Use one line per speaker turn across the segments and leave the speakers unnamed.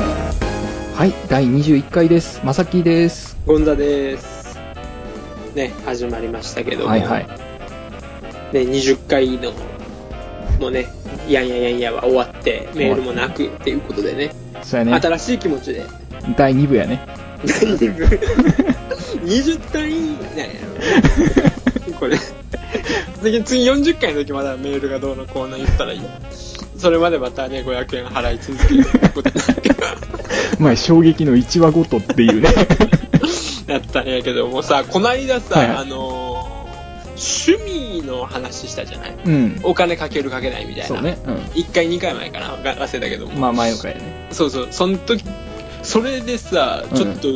はい、第21回です。まさきです。
ゴンザです。ね、始まりましたけども、
はいはい。
ね、20回の、もうね、やんややんやは終わって、メールもなくっていうことでね、
そうやね。
新しい気持ちで、
第2部やね。
何部 ?20 回なんやろ これ。次次40回の時まだメールがどうのこうの言ったらいいよそれまでまたね、500円払い続けるってことになるけど
前、衝撃の1話ごとっていう ね。
やったんやけどもさ、こないださ、
はいはい
あのー趣味の話したじゃない
うん。
お金かけるかけないみたい
そう
な。
ね。
1回2回前かなが忘れたけど
うん。
も。
まあ、前回やね。
そうそう。その時、それでさ、ちょっと、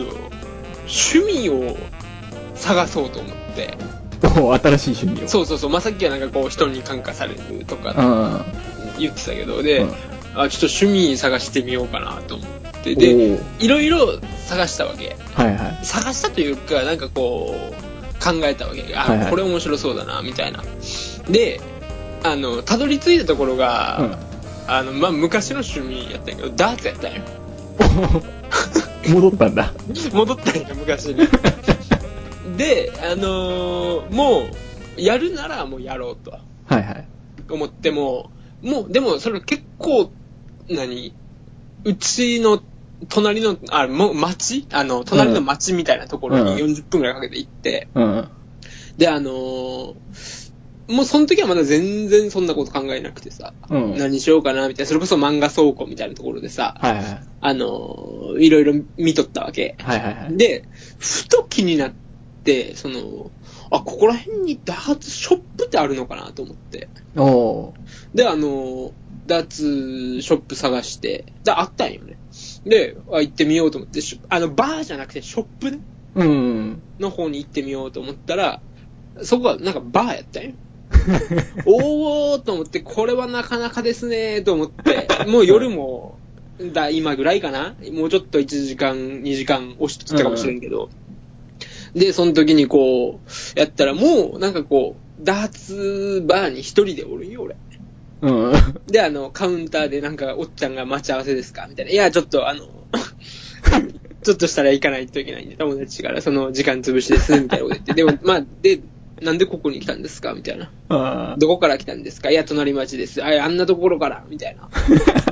趣味を探そうと思って。
お新しい趣味を。
そうそうそう。まさっきはなんかこう人に感化されると
う
か
んうん。
言ってたけど、で、
うん
あ、ちょっと趣味探してみようかなと思って。で、
おー
いろいろ探したわけ。
はいはい。
探したというか、なんかこう、考えたわけ。あ、
はいはい
これ面白そうだな、みたいな。で、あの、たどり着いたところが、あの、まあ、昔の趣味やったんやけど、ダーツやったんよ。
うん。戻ったんだ。
戻ったんよ、昔 に。で、あのーもう、やるならもうやろうと
はいはい。
思っても、もう、でもそれ結構、何うちの、隣の、あ、もう町あの、隣の町みたいなところに
う
40分くらいかけて行って、
うん。
で、あのーもうその時はまだ全然そんなこと考えなくてさ、
うん。はい
何しようかな、みたいな、それこそ漫画倉庫みたいなところでさ、
はい。
あの、いろいろ見とったわけ。
はいはいはい。
で、ふと気になって、その、あ、ここら辺にダーツショップってあるのかなと思って。
おー
で、あの、ダーツショップ探して、で、あったんよね。で、あ行ってみようと思って、ショあの、バーじゃなくてショップね
うん。
の方に行ってみようと思ったら、そこはなんかバーやったんよ。おーと思って、これはなかなかですねーと思 って、もう夜も、だ、今ぐらいかなもうちょっと1時間、2時間押しとったかもしれんけど。で、その時にこう、やったらもう、なんかこう、ダーツバーに一人でおるんよ、俺。
うん。
で、あの、カウンターでなんか、おっちゃんが待ち合わせですかみたいな。いや、ちょっと、あの、 ちょっとしたら行かないといけないんで、友達から、その、時間潰しです、みたいなこと言って。でも、まあ、で、なんでここに来たんですかみたいな。
あー
どこから来たんですかいや、隣町です。あ、あんなところから、みた いな。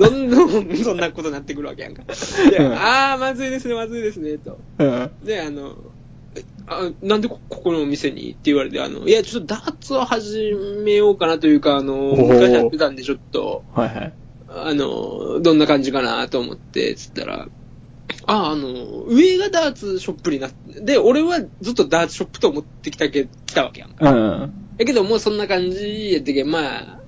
どんどん、そんなことになってくるわけやんか。で、
うん
あー、まずいですね、まずいですね、と。
うん。
で、あの、えあなんでこここのお店にって言われて、あの、いや、ちょっとダーツを始めようかなというか、あの、
おー
昔やってたんで、ちょっと、
はいはい。
あの、どんな感じかなと思って、つったら、あ、あの、上がダーツショップになって、で、俺はずっとダーツショップと思ってきたけ、来たわけやん。
うん。
やけど、もうそんな感じやったけん、まあ、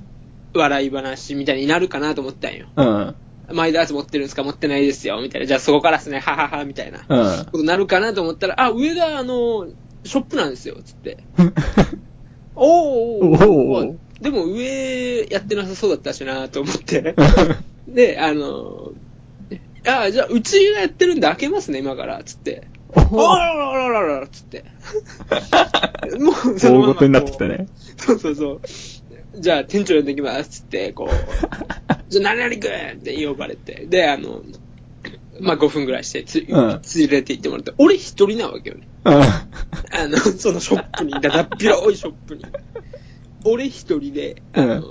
笑い話みたいになるかなと思ったんよ。
うん。
マイダーツ持ってるんですか持ってないですよ、みたいな。じゃあそこからですね、ははは、みたいな。こ
うん。
とになるかなと思ったら、あ、上が、あの、ショップなんですよ、つって。おーおーお
お
ー
ー
でも上やってなさそうだったしなと思って。で、あの、あじゃあ、うちがやってるんで開けますね、今から、つって。お
お
らららららら、つって。もう、その
大
ままこう
ごとになってきた。ね。
そうそうそう。じゃあ、店長呼んできます、つって、こう、じゃあ、何々くんって呼ばれて。で、あの、まあ、5分ぐらいしてつ、
うん
連れて行ってもらって、俺一人なわけよね。
うん。
あの、そのショップに、だだっ広いショップに。俺一人で、あの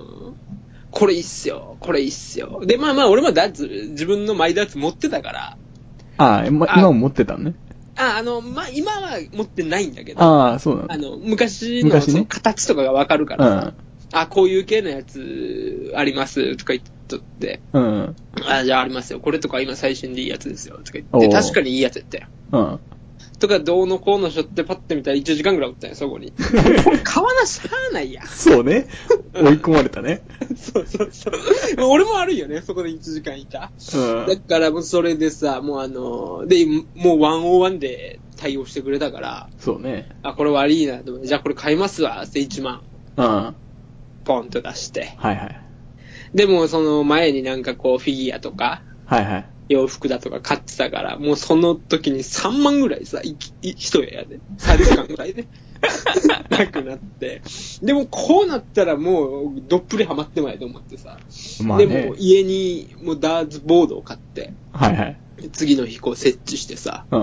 これいいっすよ、これいいっすよ。で、まあまあ、俺もダーツ、自分のマイダーツ持ってたから、
ああ、ま、
あ
今も持ってたのね。
あ、あの、まあ今は持ってないんだけど、あ
ああ、そうなの。
の、昔の
昔ね
その形とかがわかるから、
うん。
あ、こういう系のやつあります、とか言っとって、
うん。
あ、じゃあありますよ、これとか今最新でいいやつですよ、とか言
お
って、
う
確かにいいやつやったよ。
うん。
とか、どうのこうのしょってパッて見たら1時間ぐらいおったんよ、そこに。これ 買わなしゃあないやん。
そうね。追い込まれたね。
そうそうそう。俺も悪いよね、そこで1時間いた。
うん。
だからもうそれでさ、もうあの、で、もう101で対応してくれたから、
そうね。
あ、これ悪いなと思って、じゃあこれ買いますわ、って1万、
うん。はい
ポンと出して。
はい。
でもその前になんかこう、フィギュアとか、
はいはい。
洋服だとか買ってたから、もうその時に3万ぐらいさ、いい一部屋で、3時間ぐら いで、なくなって。でもこうなったらもう、どっぷりハマってまいと思ってさ。
まあ
で
ね
も。家にもうダーツボードを買って、
はいはい。
次の日こう設置してさ、
うん。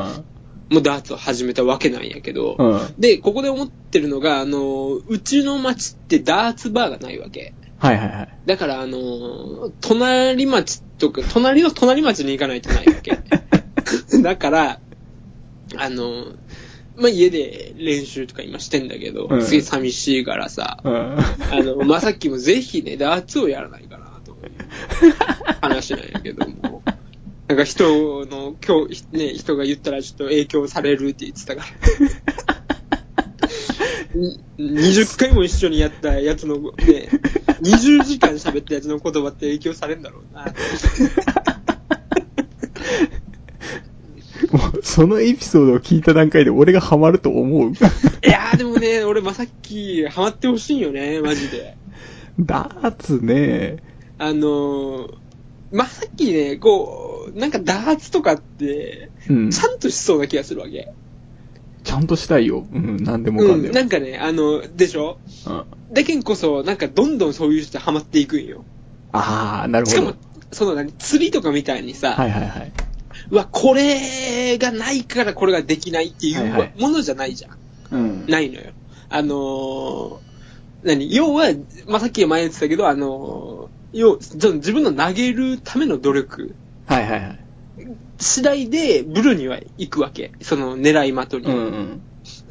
もうダーツを始めたわけなんやけど、
うん。はい
で、ここで思ってるのが、あの、うちの町ってダーツバーがないわけ。
はいはい。
だから、あの、隣町とか、隣の隣町に行かないとないわ け。 だから、あの、まあ、家で練習とか今してんだけど、
うん
すげえ寂しいからさ、
うん。
あの、まさきもぜひね、ダーツをやらないかな、という話なんやけ ども。なんか人の、今日、ね、人が言ったらちょっと影響されるって言ってたから。 に20回も一緒にやったやつの、ね、20時間喋ったやつの言葉って影響されるんだろうな。
もう、そのエピソードを聞いた段階で俺がハマると思 う。
いやーでもね、俺まさっきハマってほしいよね、マジで。
ダーツね。
あのー、まさっきね、こう、なんかダーツとかって、
うん。
ちゃんとしそうな気がするわけ。
ちゃんとしたいよ。うん、なんでもかんでも。
うん、なんかね、あの、でしょ
うん
だけんこそ、なんかどんどんそういう人ハマっていくんよ。
あー、なる
しか
ほ
も
ど。、
その何、釣りとかみたいにさ、
はいはいはい。
うわ、これがないからこれができないっていう
はいはい
ものじゃないじゃん。
うん。
ないのよ。あのー、何要は、まあ、さっき前言ってたけど、あのー、要、その自分の投げるための努力
はいはいはい。
次第でブルーには行くわけ。その狙い的に。
うんうん。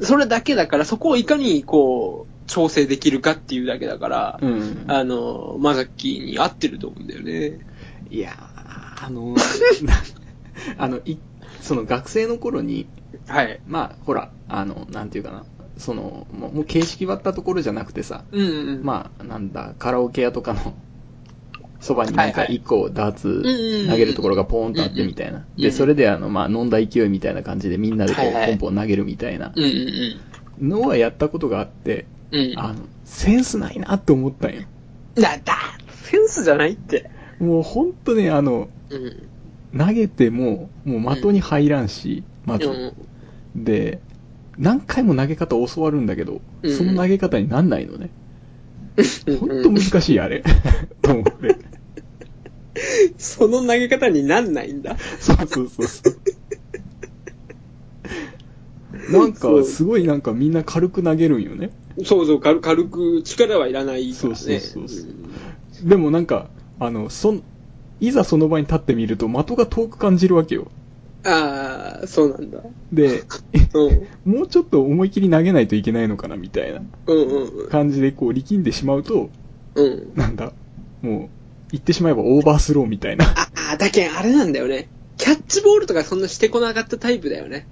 それだけだから、そこをいかにこう、調整できるかっていうだけだから、
うん。
あの、マザキに合ってると思うんだよね。
いやー、あのー なあの、い、その学生の頃に、
はい。
まあ、ほら、あの、なんていうかな、その、もうもう形式割ったところじゃなくてさ、
うんうん。あ、
まあ、なんだ、カラオケ屋とかの、 そばになんか
はいはい
一個ダーツ
んうん
投げるところがポーンとあってみたいな。
うん
で、それであの、まあ、飲んだ勢いみたいな感じでみんなでこ
はいは
う、
い
ポンポン投げるみたいな
うんうん
のはやったことがあって、
うん。うん。
あの、センスないなって思ったんよ。
だ、だ、センスじゃないって。
もうほんとね、あの、
うん。
投げても、もう的に入らんし、ま
で
ず。
も、
で、何回も投げ方教わるんだけど、
うん
その投げ方になんないのね。ほんと
うん
難しい、あれ。 と思って。
その投げ方になんないんだ。
そうそうそうそう。なん
そう
か、すごいなんかみんな軽く投げるんよね。
そうそう、軽軽く力はいらないか
そ
ら
う
ね。
そうそうそうんでもなんか、あの、そん、いざその場に立ってみると的が遠く感じるわけよ。
ああ、そうなんだ。
で、
うん。
もうちょっと思い切り投げないといけないのかなみたいな
うんうん
感じでこう力んでしまうと、
うん。うん。
なんだ、もう、言ってしまえばオーバースローみたいな。
ああ、だけんあれなんだよね。キャッチボールとかそんなしてこなかったタイプだ よね。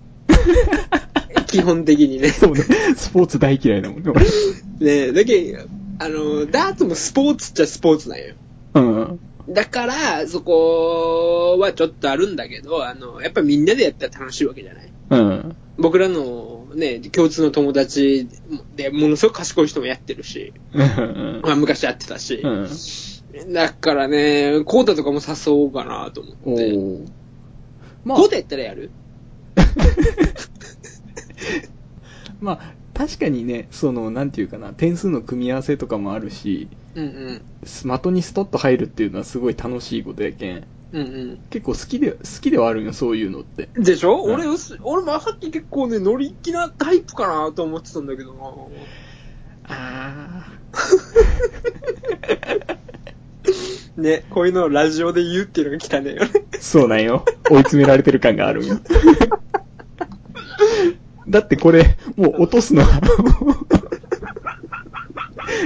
基本的にね。
そうね。スポーツ大嫌いだもんね、俺。
ねえ、だけどあの、ダーツもスポーツっちゃスポーツなんよ。
うん。
だから、そこはちょっとあるんだけど、あの、やっぱみんなでやったら楽しいわけじゃない
うん。
僕らのね、共通の友達で、ものすごく賢い人もやってるし、
うん。
まあ昔やってたし、
うん。
だからね、コータとかも誘おうかなと思
お
って。
ー。まあ
コータやったらやる
まあ、確かにね、その、なんていうかな、点数の組み合わせとかもあるし、
うんうん。
的にストッと入るっていうのはすごい楽しいことやけん。
うん
結構好きで、好きではあるんよ、そういうのって。
うん。でしょ、
うん
俺、俺もさっき結構ね、乗り気なタイプかなと思ってたんだけ どな。
あ
ね、こういうのをラジオで言うっていうのが来たね。
あ。そうなんよ。追い詰められてる感があるんよ。だってこれ、もう落とすのは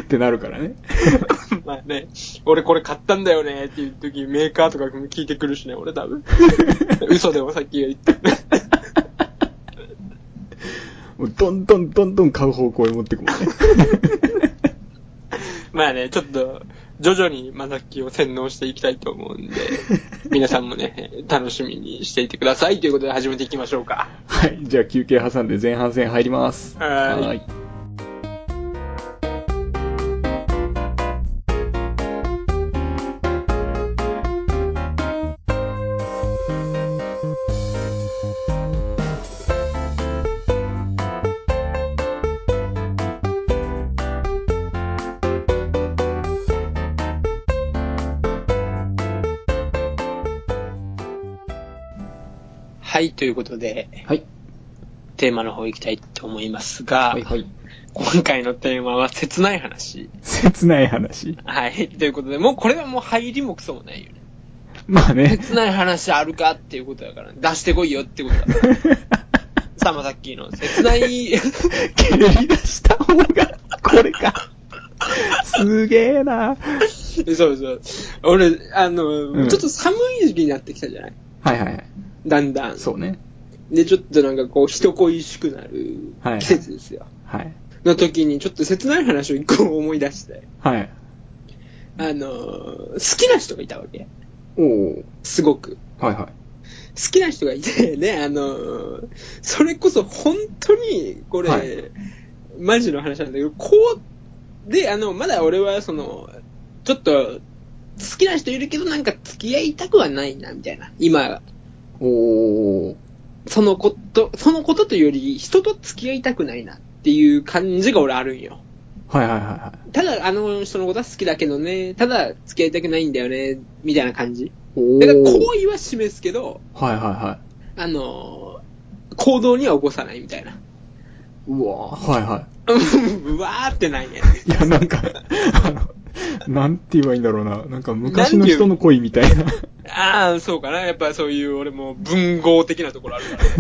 ってなるからね。
まあね、俺これ買ったんだよねっていう時メーカーとかも聞いてくるしね、俺多 分。嘘でもさっき言った。
もうどんどんどんどん買う方向へ持ってくもんね。
まあね、ちょっと、徐々にマザキを洗脳していきたいと思うんで、皆さんもね、楽しみにしていてくださいということで始めていきましょうか。
はい、じゃあ休憩挟んで前半戦入ります。
はーい
ー
はい、ということで、
はい。
テーマの方行きたいと思いますが、
はいはい。
今回のテーマは切ない話。
切ない話。
はい。ということで、もうこれはもう入りもクソもないよね。
まあね。
切ない話あるかっていうことだから、出してこいよってことだから。さまさっきの切 ない、
蹴り出した方が、これか。すげえな。
そうそう。俺、あの、
うん
ちょっと寒い時期になってきたじゃない
はいはいはい。
だんだん。
そうね。
で、ちょっとなんかこう、人恋しくなる
はい
季節ですよ。
はい。
の時に、ちょっと切ない話を一個思い出して。
はい。
あのー、好きな人がいたわけ。
おお。
すごく。
はいは
好きな人がいてね、あのー、それこそ本当に、これ、
はい
マジの話なんだけど、こう、で、あの、まだ俺はその、ちょっと、好きな人いるけどなんか付き合いたくはないな、みたいな。今、
い。おお。
そのこと、そのことというより、人と付き合いたくないなっていう感じが俺あるんよ。
はいはいはいはい。
ただ、あの人のことは好きだけどね、ただ付き合いたくないんだよね、みたいな感じ。
お
だから
お。
好意は示すけど、
はいはいは
あのー行動には起こさないみたいな。
い。うわーはいは
うんうわーってなんやね。
い。いや、なんか、あの、なんて言えばいいんだろうな。なんか昔の人の恋みたいな。
ああ、そうかな。やっぱそういう、俺も文豪的なところあるから、ね。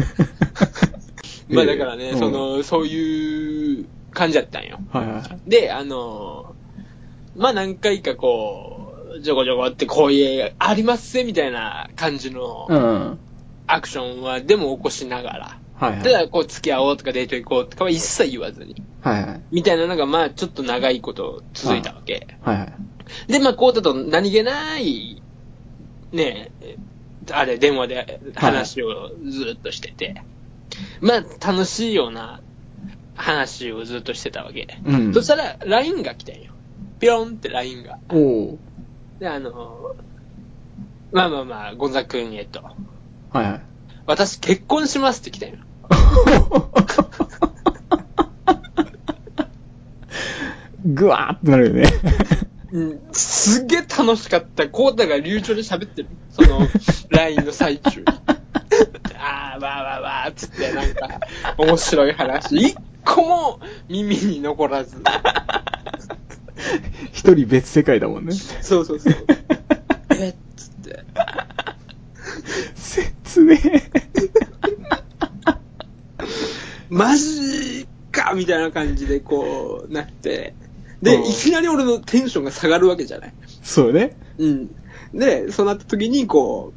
まあだからね、
うん
その、そういう感じだったんよ。
はいはいはい。
で、あのーまあ何回かこう、ジョコジョコってこういう、ありますぜみたいな感じの
うん。は
アクションは、でも起こしながら。
いはい。
ただ、こう、付き合おうとかデート行こうとかは一切言わずに。
はいはい。
みたいなのが、まあ、ちょっと長いこと続いたわけ。
はいはい。
で、まあ、こうだと何気ない、ねえ、あれ、電話で話をずっとしてて、まあ、楽しいような話をずっとしてたわけ。
うん。
そしたら、LINE が来たんよ。ピロンって LINE が。
おお。
で、あの、まあまあまあ、ゴンザ君へと、
はいはい。
私結婚しますって来たんよ。
ぐわーってなるよね。
うん、すげえ楽しかった。コータが流暢に喋ってる。そ の、LINE の最中。あー、わーわーわーっつって、なんか、面白い話。一個も耳に残らず。
一人別世界だもんね。
そうそうそう。えっつって。
説明。
マジかみたいな感じで、こう、なって。で、
うん
いきなり俺のテンションが下がるわけじゃない。
そうね。
うん。で、そうなった時に、こ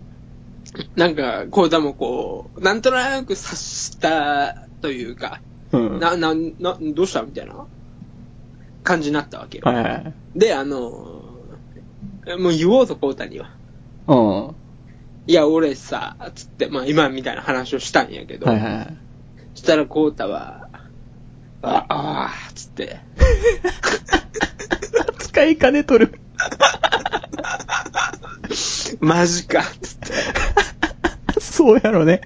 う、なんか、コータもこう、なんとなく察したというか、
うん。は
な、な、な、どうしたみたいな感じになったわけ
い
よ。
はい。
で、あのーもう言おうと、コータには。
うん。はい
や、俺さ、つって、まあ今みたいな話をしたんやけ
い
ど、
はいはい。
そしたらコータは、あ、あー、つって、
使い金取る。
マジか、つって。
そうやろね。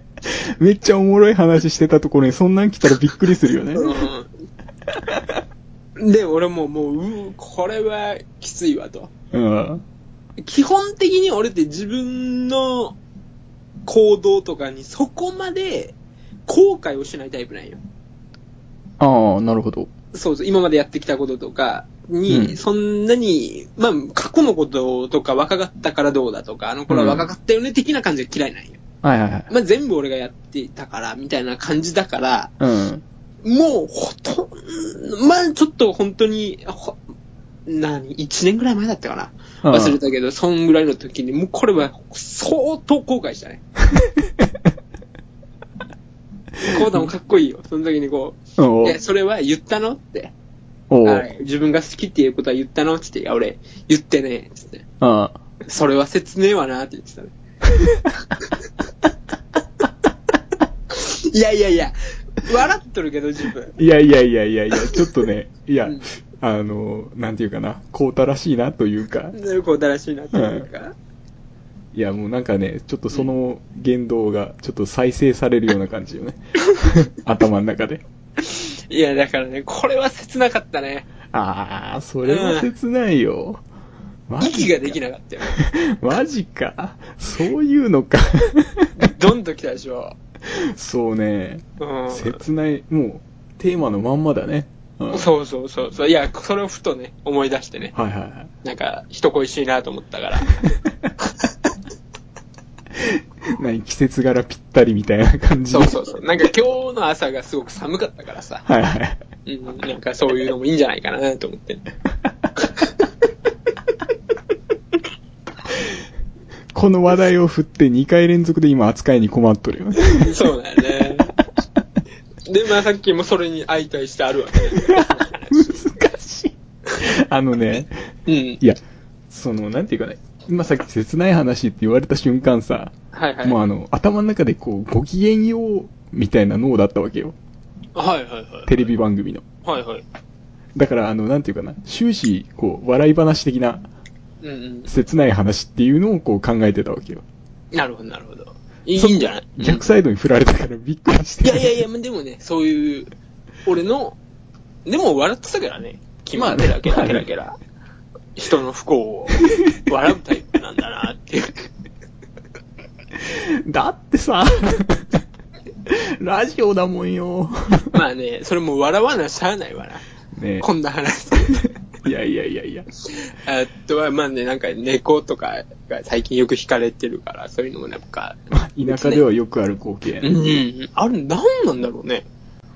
めっちゃおもろい話してたところにそんなん来たらびっくりするよね。
うんで、俺ももう、うーこれはきついわと。
うん。
基本的に俺って自分の行動とかにそこまで後悔をしないタイプなんよ。
ああ、なるほど。
そうそう、今までやってきたこととかに、
うん
そんなに、まあ、過去のこととか若かったからどうだとか、あの頃は若かったよね、的な感じが嫌いなんよ。
はいはいはい。
まあ、全部俺がやっていたから、みたいな感じだから、
うん。
もう、ほとん、まあ、ちょっと本当に、ほ、何、一年ぐらい前だったかな。忘れたけど、そんぐらいの時に、もうこれは相当後悔したね。コーダもかっこいいよ。その時にこ
た。
う、
お
いうや、それは言ったのって。
おう
はい自分が好きっていうことは言ったのって言って、いや、俺、言ってね。つって。
ああ。
それは説明はなって言ってた ね。いやいやいや、笑っとるけど、自分。
いやいやいやいやいや、ちょっとね、いや
うん、
あの、なんていうかな、こうたらしいなというか、
こうだらしいなっていうか。
いやもうなんかね、ちょっとその言動がちょっと再生されるような感じ よね。頭の中で。
いや、だからね、これは切なかったね。
あー、それは切ないよ。マジ
息ができな かったよ。
マジか。そういうのか。
ドンと来たでしょ。
そうね。
うん。
切ない、もう、テーマのまんまだね。うん
そうそうそうそう。いや、それをふとね、思い出してね。
はいはいはい。
なんか、人恋しいなと思ったから。
何季節柄ぴったりみたいな感じ
そうそうそう。なんか今日の朝がすごく寒かったからさ。
はい はい。
うん、なんかそういうのもいいんじゃないかなと思って。
この話題を振って2回連続で今扱いに困っとるよね。
そうだよね。で、まあさっきもそれに相対してあるわ
難しい。あのね、
け。うん。
いや、その、なんていうかね、今さっき切ない話って言われた瞬間さ、
はいはい。
もうあの、頭の中でこう、ご機嫌よう、みたいな脳だったわけよ。
はいはいはい。
テレビ番組の。
はいはい。
だから、あの、なんていうかな、終始、こう、笑い話的な、
うんうん。
切ない話っていうのをこう考えてたわけよ。
なるほどなるほど。いいいいんじゃない
逆サイドに振られたからびっくりして。
いやいやいや、でもね、そういう、俺の、でも笑ってたからね。決まってだけ
まあ
だ
ね
けだけだ。人の不幸を笑うタイプなんだなっていう。
だってさ、ラジオだもんよ。
まあね、それも笑わなしゃあないわな。
ね
こんな話。
いやいやいやい や。
えっとは、まあね、なんか猫とかが最近よく惹かれてるから、そういうのもなんか、
まあ、田舎ではよくある光景。
うんうん、あれ何なんだろうね。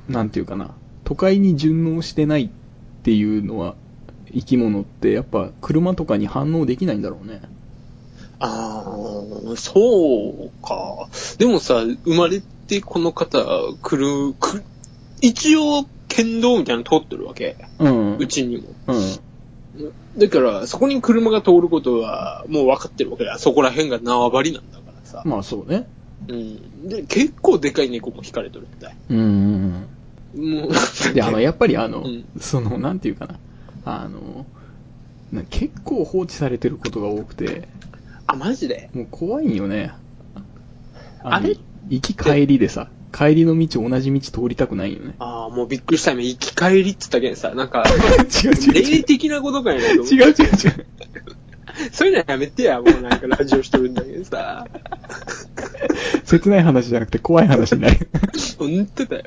なんていうかな。都会に順応してないっていうのは、生き物ってやっぱ車とかに反応できないんだろうね。
ああ、そうか。でもさ、生まれてこの方、来る、く一応、剣道みたいなの通ってるわけ。
うん。
うちにも。
うん。
だから、そこに車が通ることは、もう分かってるわけだ。そこら辺が縄張りなんだからさ。
まあそうね。
うん。で、結構でかい猫も惹かれてるみたい。
うんうん
もう、
うん。で、あの、やっぱりあの、
うん
その、なんていうかな。あの、な結構放置されてることが多くて、
あ、マジで
もう怖いよね。の
あれ。
行き帰りでさ、帰りの道同じ道通りたくないよね
ああ、もうびっくりした今、生き返りって言ったけんさ、なんか、
違う違う違
霊
う。
的なことかやなと思って
違う違う違う。
そういうのやめてや、もうなんかラジオしてるんだけどさ。
切ない話じゃなくて怖い話にな る。
本当だよ。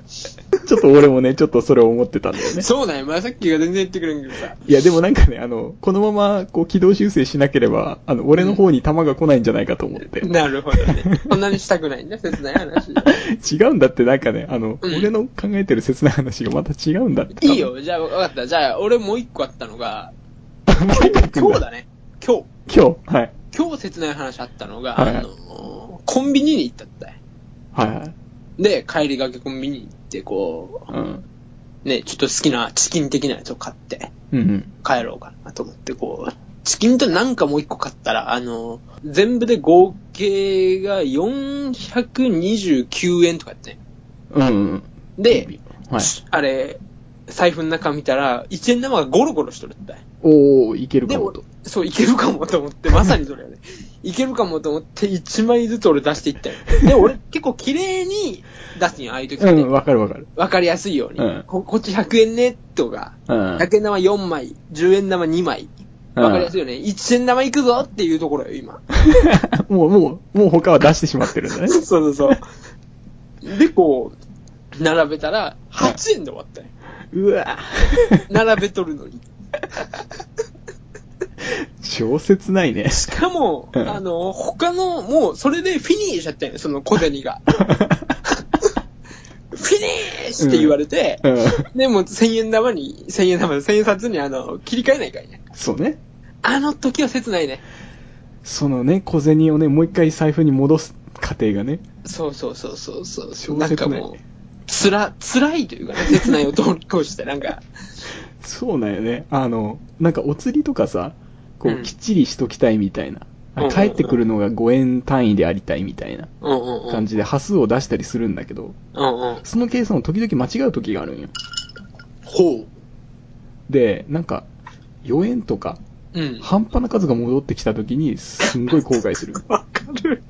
ちょっと俺もね、ちょっとそれを思ってたんだよね。
そうだよ、まあ、さっきが全然言ってくれんけどさ。
いや、でもなんかね、あの、このまま、こう、軌道修正しなければ、あの、俺の方に弾が来ないんじゃないかと思って。
なるほどね。そんなにしたくないんだ、切ない話。
違うんだって、なんかね、あの、
うん
俺の考えてる切ない話がまた違うんだって。
いい。よ、じゃあ分かった。じゃあ、俺もう一個あったのが、今日だね。今日。
今日。はい。
今日切ない話あったのが、
はいはい
あのーコンビニに行ったったい。
はいはい。
で、帰りがけコンビニに行って、こ
うん。
う、ね、ちょっと好きなチキン的なやつを買って、
うんうん。
帰ろうかなと思って、こう、チキンとなんかもう一個買ったら、あの、全部で合計が429円とかやってね。
うんうん。
で、
はい。
あれ、財布の中見たら、1円玉がゴロゴロしとるって。
おー、いける
で
かも
も
と。、
そう、いけるかもと思って、まさにそれ やね。いけるかもと思って、1枚ずつ俺出していったよ。で、俺結構綺麗に出すんよ、ああいう時っ
う
て。
ん、わかるわかる。
わかりやすいように。
うん
ここっち100円ね、とか、
うん。
100円玉4枚、10円玉2枚。わかりやすいよね。1円玉いくぞっていうところよ、今。
もう、もう、もう他は出してしまってるんだね
そ。うそうそう。で、こう、並べたら、8円で終わったよ。
うわ
並べとるのに。
小説ないね。
しかも、
うん
あの、他の、もう、それでフィニーしちゃったよね、その小 銭が。フィニッシュって言われて、
うん。
でも、1000円玉に、1000円玉、1000円札に、あの、切り替えないからね。
そうね。
あの時は切ないね。
そのね、小銭をね、もう一回財布に戻す過程がね。
そうそうそうそうそうそ
小
う。なん
説
か
ね
もう、つら、辛いというかね、切ないを通り越して、なんか、
そうなんよね。あの、なんかお釣りとかさ、こ
うん
う、きっちりしときたいみたいな。
うんうんうん
帰ってくるのが5円単位でありたいみたいな
うんうんうん。
感じで、端数を出したりするんだけど、
うんうん。
その計算を時々間違う時があるんよ。
ほ
で、なんか、4円とか、
う。うん。
半端な数が戻ってきた時に、すんごい後悔 する。
わかる。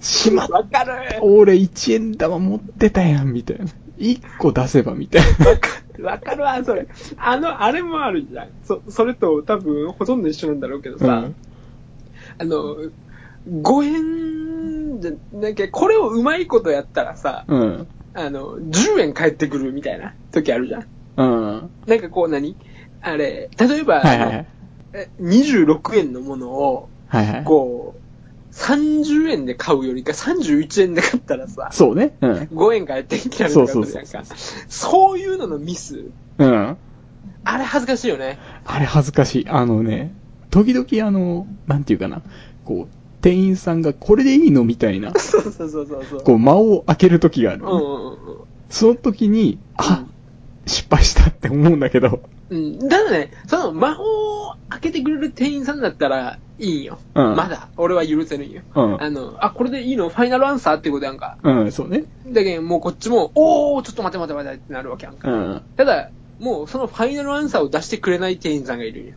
しまっ
わかる。
俺1円玉持ってたやん、みたいな。1個出せば、みたいな。
わかるわかるわ、それ。あの、あれもあるじゃん。そ、それと多分、ほとんど一緒なんだろうけどさ、
うん
あの、5円んじゃなきゃ、これをうまいことやったらさ、
うん。
あの、10円返ってくるみたいな時あるじゃん。
うん。
なんかこう何あれ、例えば、
はいはいはい。
え26円のものを、
はいはい。
こう、30円で買うよりか31円で買ったらさ、
そうね。うん。
5円返ってきたら
そ
と
う
か
そう
るじ
そ
ゃ
うん
か。そういうののミス。
うん。
あれ恥ずかしいよね。
あれ恥ずかしい。あのね、時々あの、なんていうかな、こう、店員さんがこれでいいのみたい な、
そうそうそうそうそう。
こう、間を開ける時がある。
うんうんうん
その時に、あ、失敗したって思うんだけど、
うん。うん。ただね、その魔法を開けてくれる店員さんだったらいいんよ。
うん
まだ。俺は許せるんよ。
うん
あの、あ、これでいいのファイナルアンサーってことやんか。
うん、そうね。
だけどもうこっちも、おー、ちょっと待て待て待てってなるわけやん か。
うん。
ただ、もうそのファイナルアンサーを出してくれない店員さんがいるんよ。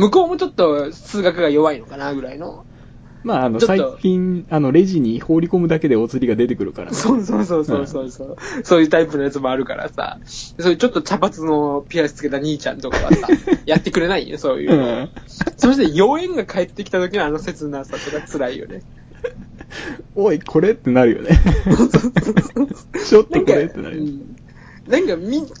向こうもちょっと数学が弱いのかなぐらいの。
まあ、あの、
ちょっ
最
と
近、あの、レジに放り込むだけでお釣りが出てくるからね。
そうそうそうそうそうそう、そういうタイプのやつもあるからさ、そういうちょっと茶髪のピアスつけた兄ちゃんとかはさ、 やってくれないよ、そういう
う
の。
ん。
そして妖艶が帰ってきた時のあの切なさとか辛いよね。
おい、これってなるよね。ちょっとこれってなるよ
う
ね。
んなんかみ、確か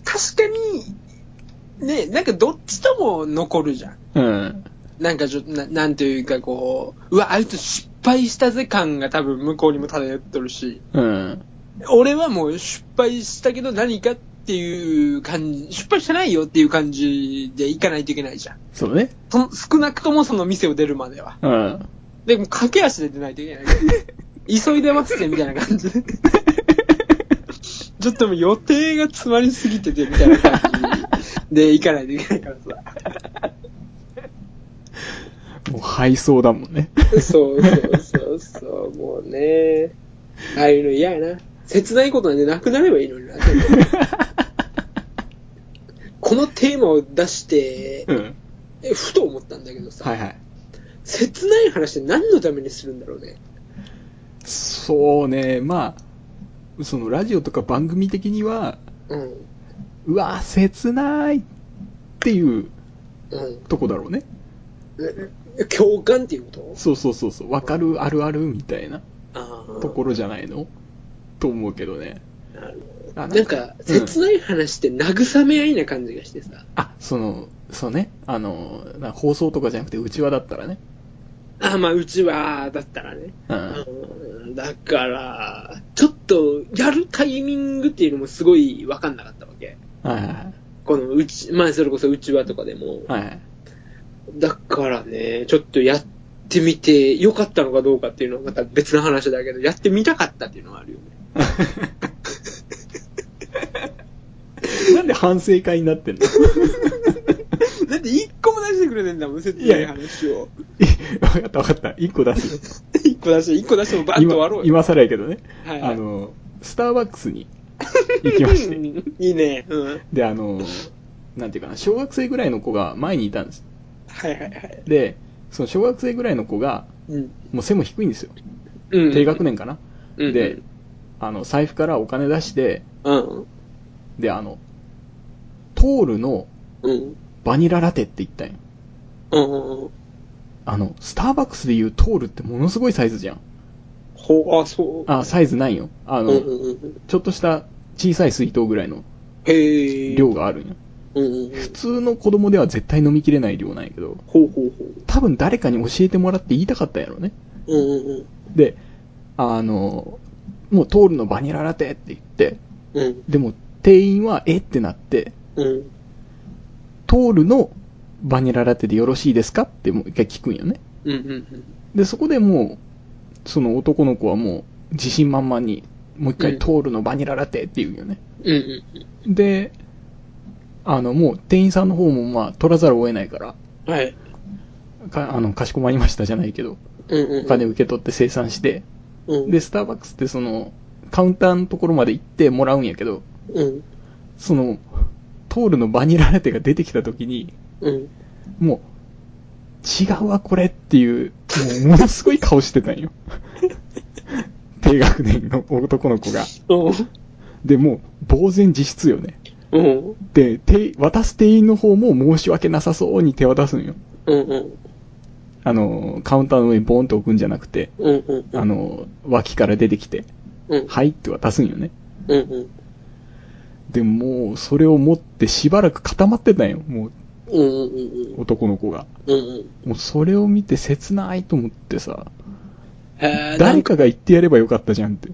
に、ね、なんかどっちとも残るじゃん。
うん。
なんかちょっと、ななんというかこう、うわ、あいつ失敗したぜ感が多分向こうにも漂っとるし、
うん。
俺はもう失敗したけど何かっていう感じ、失敗してないよっていう感じで行かないといけないじゃん。
そうね。
その少なくともその店を出るまでは。
うん。
でも駆け足で出ないといけない。急いでますってみたいな感じ で。ちょっともう予定が詰まりすぎててみたいな感じで行かないといけないから
もう配送だもんね。
さ。そうそうそうそう、もうね。ああいうの嫌やな。切ないことなんてなくなればいいのにな。このテーマを出して、
うん。
えふと思ったんだけどさ、
はいはい。
切ない話って何のためにするんだろうね。
そうね、まあ、そのラジオとか番組的には、
うん。
うわ、切ないっていう
うん
とこだろうね。
え。え共感っていうこと
そうそうそうそう、わかるあるあるみたいな
ああ。
ところじゃないのと思うけどね。
なるほ
あ
どなんか、切
うん
ない話って慰め合いな感じがしてさ。
あ、その、そうね、あの、な放送とかじゃなくて、うちわだったらね。
ああ、まあ、うちは、だったらね。
うん。
うんだから、ちょっと、やるタイミングっていうのもすごい分かんなかったわけ。
はいはい
このうち、まあ、それこそうちわとかでも。
はい。はい
だからね、ちょっとやってみて、よかったのかどうかっていうのはまた別の話だけど、やってみたかったっていうのはあるよね。
なんで反省会になってんの
だって一個も出してくれてんだもん、切ない話を。
わかったわかった。一個出すよ。
一個出して、一個出してもバッと終わ
今
ろうよ。
今更やけどね、
はい
あのスターバックスに行きまし
う
て
んいいね。うん。
であのなんていうかな小学生ぐらいの子が前にいたんです
はいはいはい。
でその小学生ぐらいの子が
うん。
もう背も低いんですよ
うん
低学年かな、
うん
であの財布からお金出して
うん。
であのトールの
うん。
バニララテって言ったんよ
うん。
あのスターバックスでいうトールってものすごいサイズじゃん
ほう、あ、そう。
あサイズないよあ
うん
の、
うんうん。
ちょっとした小さい水筒ぐらいの
へえ。
量。があるんよ
うんうんうん。
普通の子供では絶対飲みきれない量なんやけど
ほうほうほう。
多分誰かに教えてもらって言いたかったんやろね
うんうん
であのもうトールのバニララテって言って
うん。うん
でも店員はえってなって
うん。
トールのバニララテでよろしいですかってもう一回聞くんよね
うんうん
でそこでもうその男の子はもう自信満々にもう一
う
回
ん
トールのバニララテって言うよね、
うん。うん
であのもう店員さんの方もまあ取らざるを得ないから
うん。はい。
かあのかしこまりましたじゃないけど
うんうんうん。
お金受け取って生産して、
うん。
で、スターバックスってその、カウンターのところまで行ってもらうんやけど、
うん。
その、トールのバニララテが出てきた時に、
うん。
もう、違うわこれっていう、もうものすごい顔してたんよ。低学年の男の子が。
うん。
で、もう、呆然自失よね。
うん。
で、て渡す店員の方も申し訳なさそうに手渡すんよ。
うんうん。
あの、カウンターの上にボーンと置くんじゃなくて、
うんうんうん。
あ、の、脇から出てきて、
うん。
はいって渡すんよね。
うんうん。
でもう、それを持ってしばらく固まってたんよ、も
うんうんうん
う、男の子が。
うん。うんうん。
もう、それを見て切ないと思ってさ、
へー
誰かが言ってやればよかったじゃんって。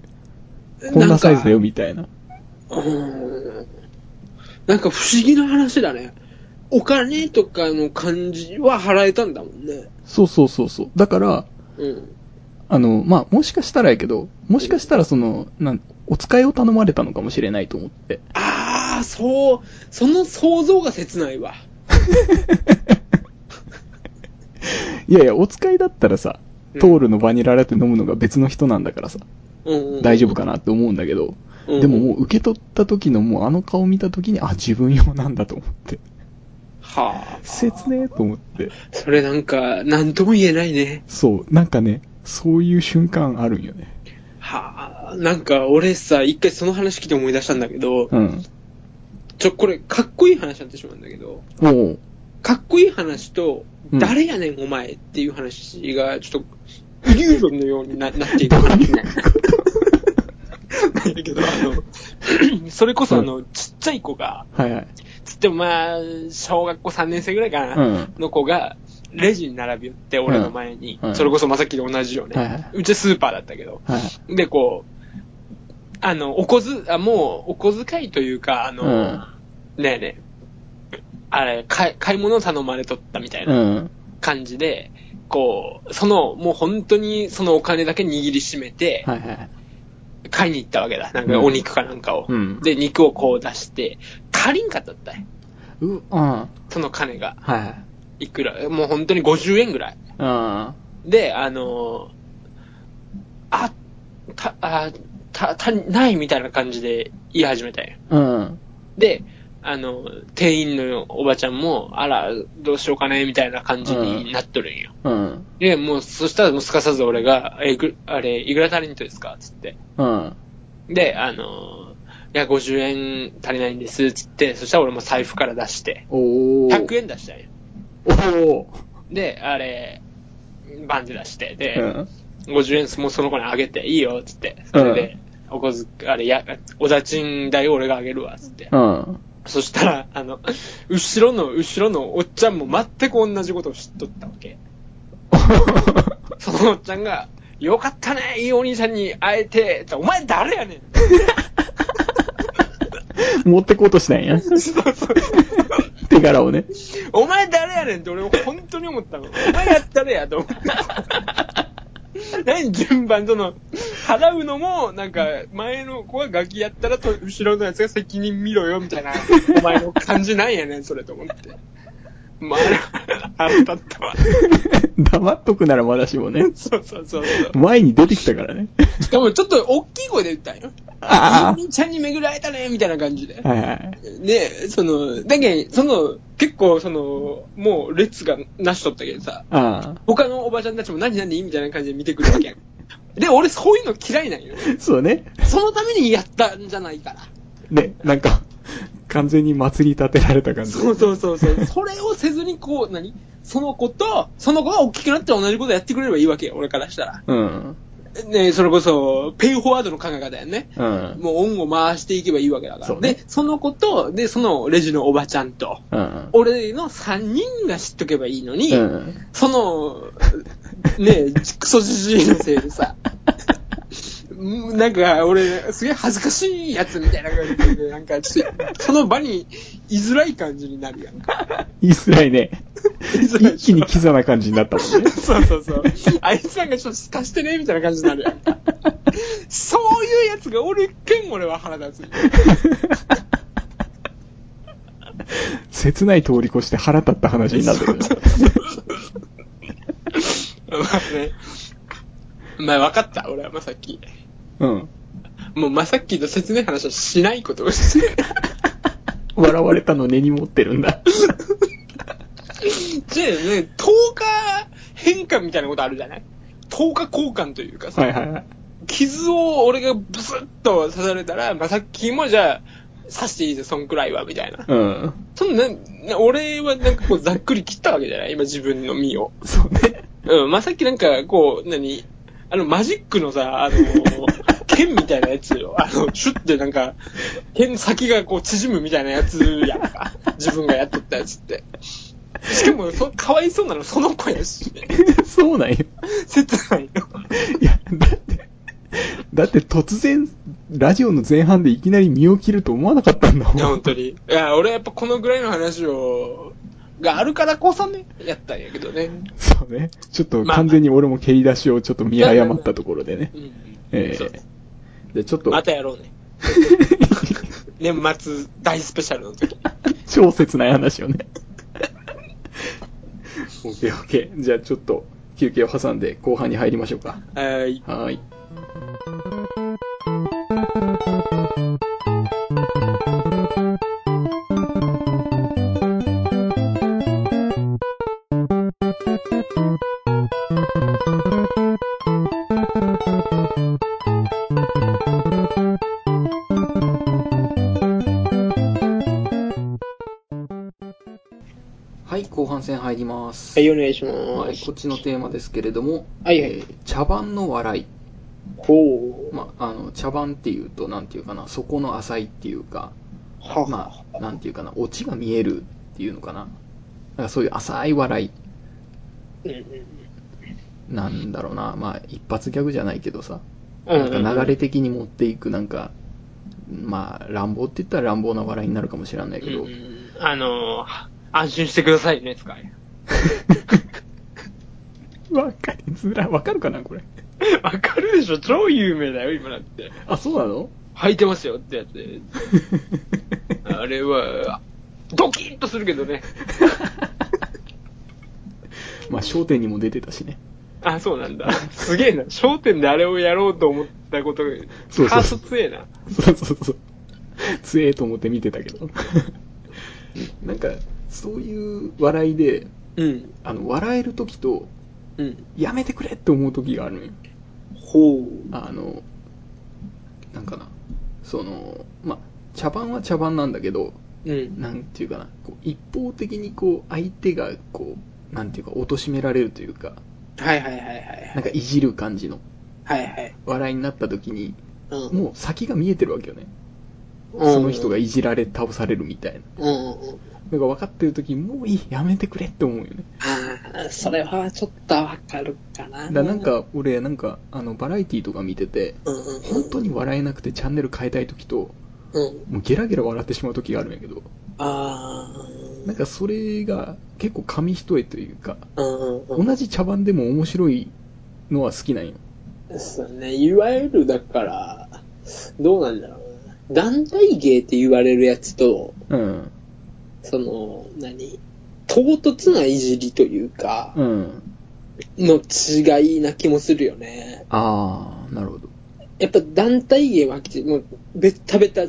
こんなサイズだよ、。みたいな。
なんかうんなんか不思議な話だね。お金とかの感じは払えたんだもんね。
そうそうそうそう。だから、
うん。
あの、まあ、もしかしたらやけど、もしかしたらその、なん、お使いを頼まれたのかもしれないと思って。
ああ、そう、その想像が切ないわ。
いやいや、お使いだったらさ、
うん
トールのバニララテ飲むのが別の人なんだからさ、
うんうん、
大丈夫かなって思うんだけど、
うん
でももう受け取った時のもうあの顔見た時に、あ、自分用なんだと思って。
はあ。
切ねえと思って。
それなんか、なんとも言えないね。
そう、なんかね、そういう瞬間あるんよね。
はあ。なんか、俺さ、一回その話聞いて思い出したんだけど、
うん。
ちょ、これ、かっこいい話になってしまうんだけど、
おう
かっこいい話と、
うん
誰やねんお前っていう話が、ちょっと、イリュージョンのようにななっていく話ね。なんだけど、あ の、それこそあの、ちっちゃい子が、
はいはい。
つってもまあ、小学校3年生ぐらいかな、
うん。
の子が、レジに並び寄って、俺の前に、
うんはい
それこそまさっきと同じよね。
はいはいう
ちはスーパーだったけど。
はい。。
で、こう、あの、おこず、あもう、お小遣いというか、あの、ねえねえ、あれ、買い買い物頼まれとったみたいうなん感じで、こう、その、もう本当にそのお金だけ握りしめて、
はいはい。
買いに行ったわけだ。なん
う
か
ん
お肉かなんかを。
うん
で、肉をこう出して、足りんかったったい。
う、うん。はい
その金が。
はい。
いくら、もう本当に50円ぐらい。
あ
で、あのーあ、た、あ、た、た、ないみたいな感じで言い始めたよ。
あ。うん。
で、あの、店員のおばちゃんも、あら、どうしようかね、みたいな感じになっとるんよ。
うん。
で、もう、そしたらもうすかさず俺が、え、いくあれ、いくら足りんとですかつって。
うん。
で、あの、いや、50円足りないんです、つって、そしたら俺も財布から出して、
おー。
100円出したんよ。
お
で、あれ、バンって出して、で、
ー。うん。
50円もうその子にあげて、いいよ、つって。それで、おこず、あれ、や、おだちん代俺があげるわ、つって。
うん。
そしたら、あの、後ろの、後ろのおっちゃんも全く同じことを知っとったわけ。そのおっちゃんが、よかったね、いいお兄さんに会えて、ってお前誰やねん
持ってこうとしたん や。
そうそう
手柄をね。
お前誰やねんって俺本当に思ったの。お前やったれやと思って。何順番その、払うのも、なんか、前の子がガキやったらと、後ろのやつが責任見ろよ、みたいな、お前の感じなんやねん、それと思って。まあ、あれ、あったわ。
黙っとくならまだしもね。
そうそうそうそう。
前に出てきたからね。
しかもちょっと大きい声で言ったんよ。
あ
お兄ちゃんに巡られたね、みたいな感じで
あ。。はいはい。
で、その、だけどその、結構その、もう列がなしとったけどさ、
あ
他のおばちゃんたちも何何みたいな感じで見てくるわけや ん。で、俺そういうの嫌いなんよ。
あ。そうね。
そのためにやったんじゃないから。
ね、なんか、完全に祭り立てられた感じ。
そうそうそうそう。それをせずにこう、何その子と、その子が大きくなって同じことやってくれればいいわけよ、俺からしたら。
うん。
ねそれこそ、ペイフォワードの考え方やね。
うん。
もう恩を回していけばいいわけだから。
そうね
で、その子と、で、そのレジのおばちゃんと、
うん。
俺の3人が知っとけばいいのに、
うん。
その、ねえ、クソじじいのせいでさ、うんなんか俺、すげえ恥ずかしいやつみたいな感じで、なんかちょっと、その場に居づらい感じになるやんか。
言いづらいね。
居づら
一
いでし
気
ょ
にキザな感じになったもんね。
そうそうそう。あいつなんかちょっとすかしてねみたいな感じになるやんか。そういうやつがおるけん俺は腹立つ。
切ない通り越して腹立った話に なったけど。
まあね。まあ分かった、俺はまさき。
うん。
もうまさきと説明話はしないことをして。
笑われたの根に持ってるんだ。
じゃあね、10日変換みたいなことあるじゃない ?10 日交換というかさ、
はいはいはい。
傷を俺がブスッと刺されたら、まあさっきもじゃあ、刺していいぜ、そんくらいは、みたいな。
うん。
そんな、な俺はなんかこうざっくり切ったわけじゃない今自分の身を。
そうね。
うん、まあ、さっきなんか、こう、何あの、マジックのさ、 あの、剣みたいなやつよ。あの、シュッてなんか、剣先がこう縮むみたいなやつやん か。自分がやっとったやつって。しかも、そ、かわいそうなのその子やし。
そうなんよ。
切ないよ。
いや、だって、だって突然、ラジオの前半でいきなり身を切ると思わなかったんだもん。
いや、本当に。いや、俺はやっぱこのぐらいの話を、があるからこそね、やったんやけどね。
そうね。ちょっと
まあ
完全に俺も蹴り出しをちょっと見誤ったところでね
う。ん。
え
そう
えで、ちょっと、
またやろうね。年末大スペシャルの時。
超切ない話をね。 オッケーオッケー。じゃあちょっと休憩を挟んで後半に入りましょうか。
はい。
はーい。はい、後半戦入ります。
はい、お願いし
は
ま
い、
す
こ。っちのテーマですけれども、
はいはい
えー茶番の笑い、
ほう。
まあ、あの茶番っていうと、なんていうかな、底の浅いっていうか、
は
まあ、なんていうかな、オチが見えるっていうのかな、なんかそういう浅い笑
うんうん
いなんだろうな、まあ、一発ギャグじゃないけどさ、
うん
なんか流れ的に持っていく、なんか、まあ、乱暴って言ったら乱暴な笑いになるかもしれないけど、
うんうんあのー、安心してくださいね、つかい。
わかりづらい、わかるかな、これ。
わかるでしょ超有名だよ、今だって。
あ、そうなの
履いてますよってやつ。あれは、ドキッとするけどね。
まあ、焦点にも出てたしね。
あ、そうなんだ。すげえな。焦点であれをやろうと思ったことが、
そうそう
カースト強えな。
そうそうそう。強えと思って見てたけど。なんか、そういう笑いで、
うん。
あの、笑える時と、
うん。
やめてくれって思う時があるのよ。
ほう。
あの、なんかな、その、まあ、茶番は茶番なんだけど、
うん。
なんていうかな、こう一方的にこう、相手がこう、なんていうか、貶められるというか、
はいはいはいは。
ないんかいじる感じの
はいはい。
笑いになった時に、
うん
もう先が見えてるわけよね。
うん
その人がいじられ倒されるみたいな。
うんうんうん。
なんか分かってる時もういい、やめてくれって思うよね。
ああ、それはちょっとわかるか
だ
な。
からなん、か、俺、なんか、あの、バラエティとか見てて、
うんうんうん。
本当に笑えなくてチャンネル変えたい時と、
うん。
もうゲラゲラ笑ってしまう時があるんやけど、
ああ。
なんかそれが結構紙一重というか、
うんうんうん。
同じ茶番でも面白いのは好きなんよ。
そうね。いわゆる、だから、どうなんだろうな。団体芸って言われるやつと、
うん。
その、何唐突ないじりというか、
うん。
の違いな気もするよね。
あー、なるほど。
やっぱ団体芸は、もう、べったべた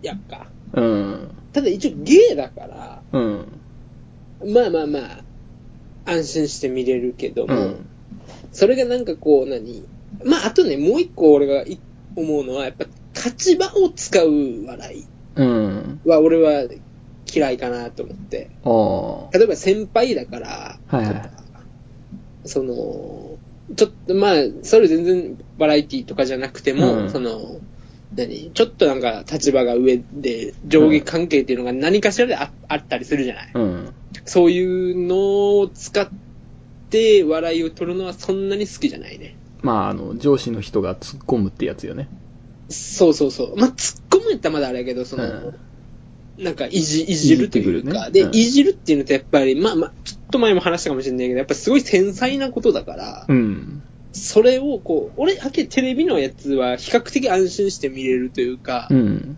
やんか。
うん。
ただ一応芸だから、
うん。
まあまあまあ、安心して見れるけど
う
も、
ん。
それがなんかこう何、まあ、あとね、もう一個俺がい思うのは、やっぱ、立場を使う笑
うん。
いは、俺は嫌いかなと思って。
あー。は
例えば先輩だから、
いはいはい。
その、ちょっと、まあ、それ全然バラエティとかじゃなくても、
うん
その、何ちょっとなんか立場が上で、上下関係っていうのが何かしらでああったりするじゃない
うん。
そういうのを使って笑いを取るのはそんなに好きじゃないね。
まあ、あの、上司の人が突っ込むってやつよね。
そうそうそう。まあ、突っ込むやったらまだあれやけど、その、
うん
なんかいじ、いじるというか、
いじってくるね
で、
うん
いじるっていうのってやっぱり、まあまあ、ちょっと前も話したかもしれないけど、やっぱすごい繊細なことだから、
うん。
それをこう、俺だけテレビのやつは比較的安心して見れるというか、
う
っ
ん。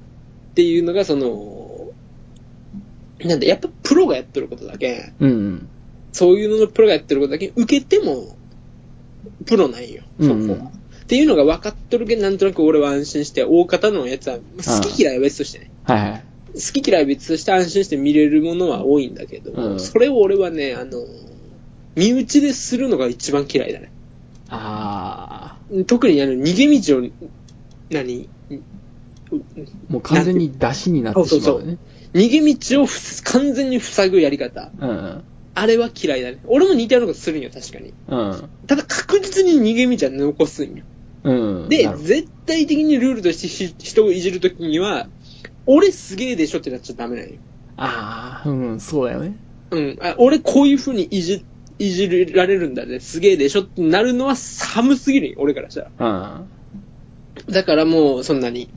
ていうのがその、なんだ、やっぱプロがやってることだけ、
うん。
そういうののプロがやってることだけ、受けても、プロなんよ、そこ
う
は。
ん
っていうのが分かっとるけど、なんとなく俺は安心して、大方のやつは、好き嫌いは別としてね。
はいはい。
好き嫌い別として安心して見れるものは多いんだけど、
うん
それを俺はね、あの、身内でするのが一番嫌いだね。
あ
特にあの、逃げ道を、何
ー。もう完全に出しになってしまうよね。
逃げ道をふ完全に塞ぐやり方。
うん。
あれは嫌いだね。俺も似たようなことするんよ、確かに。
うん。
ただ確実に逃げ道は残すんよ。
うん。
で
な、るほど
絶対的にルールとしてし人をいじるときには、俺すげえでしょってなっちゃダメなんよ。
ああ、うん、そうだよね。
うん。あ俺こういう風にいじ、いじられるんだね。すげえでしょってなるのは寒すぎるよ、俺からしたら。
うん。
だからもうそんなに。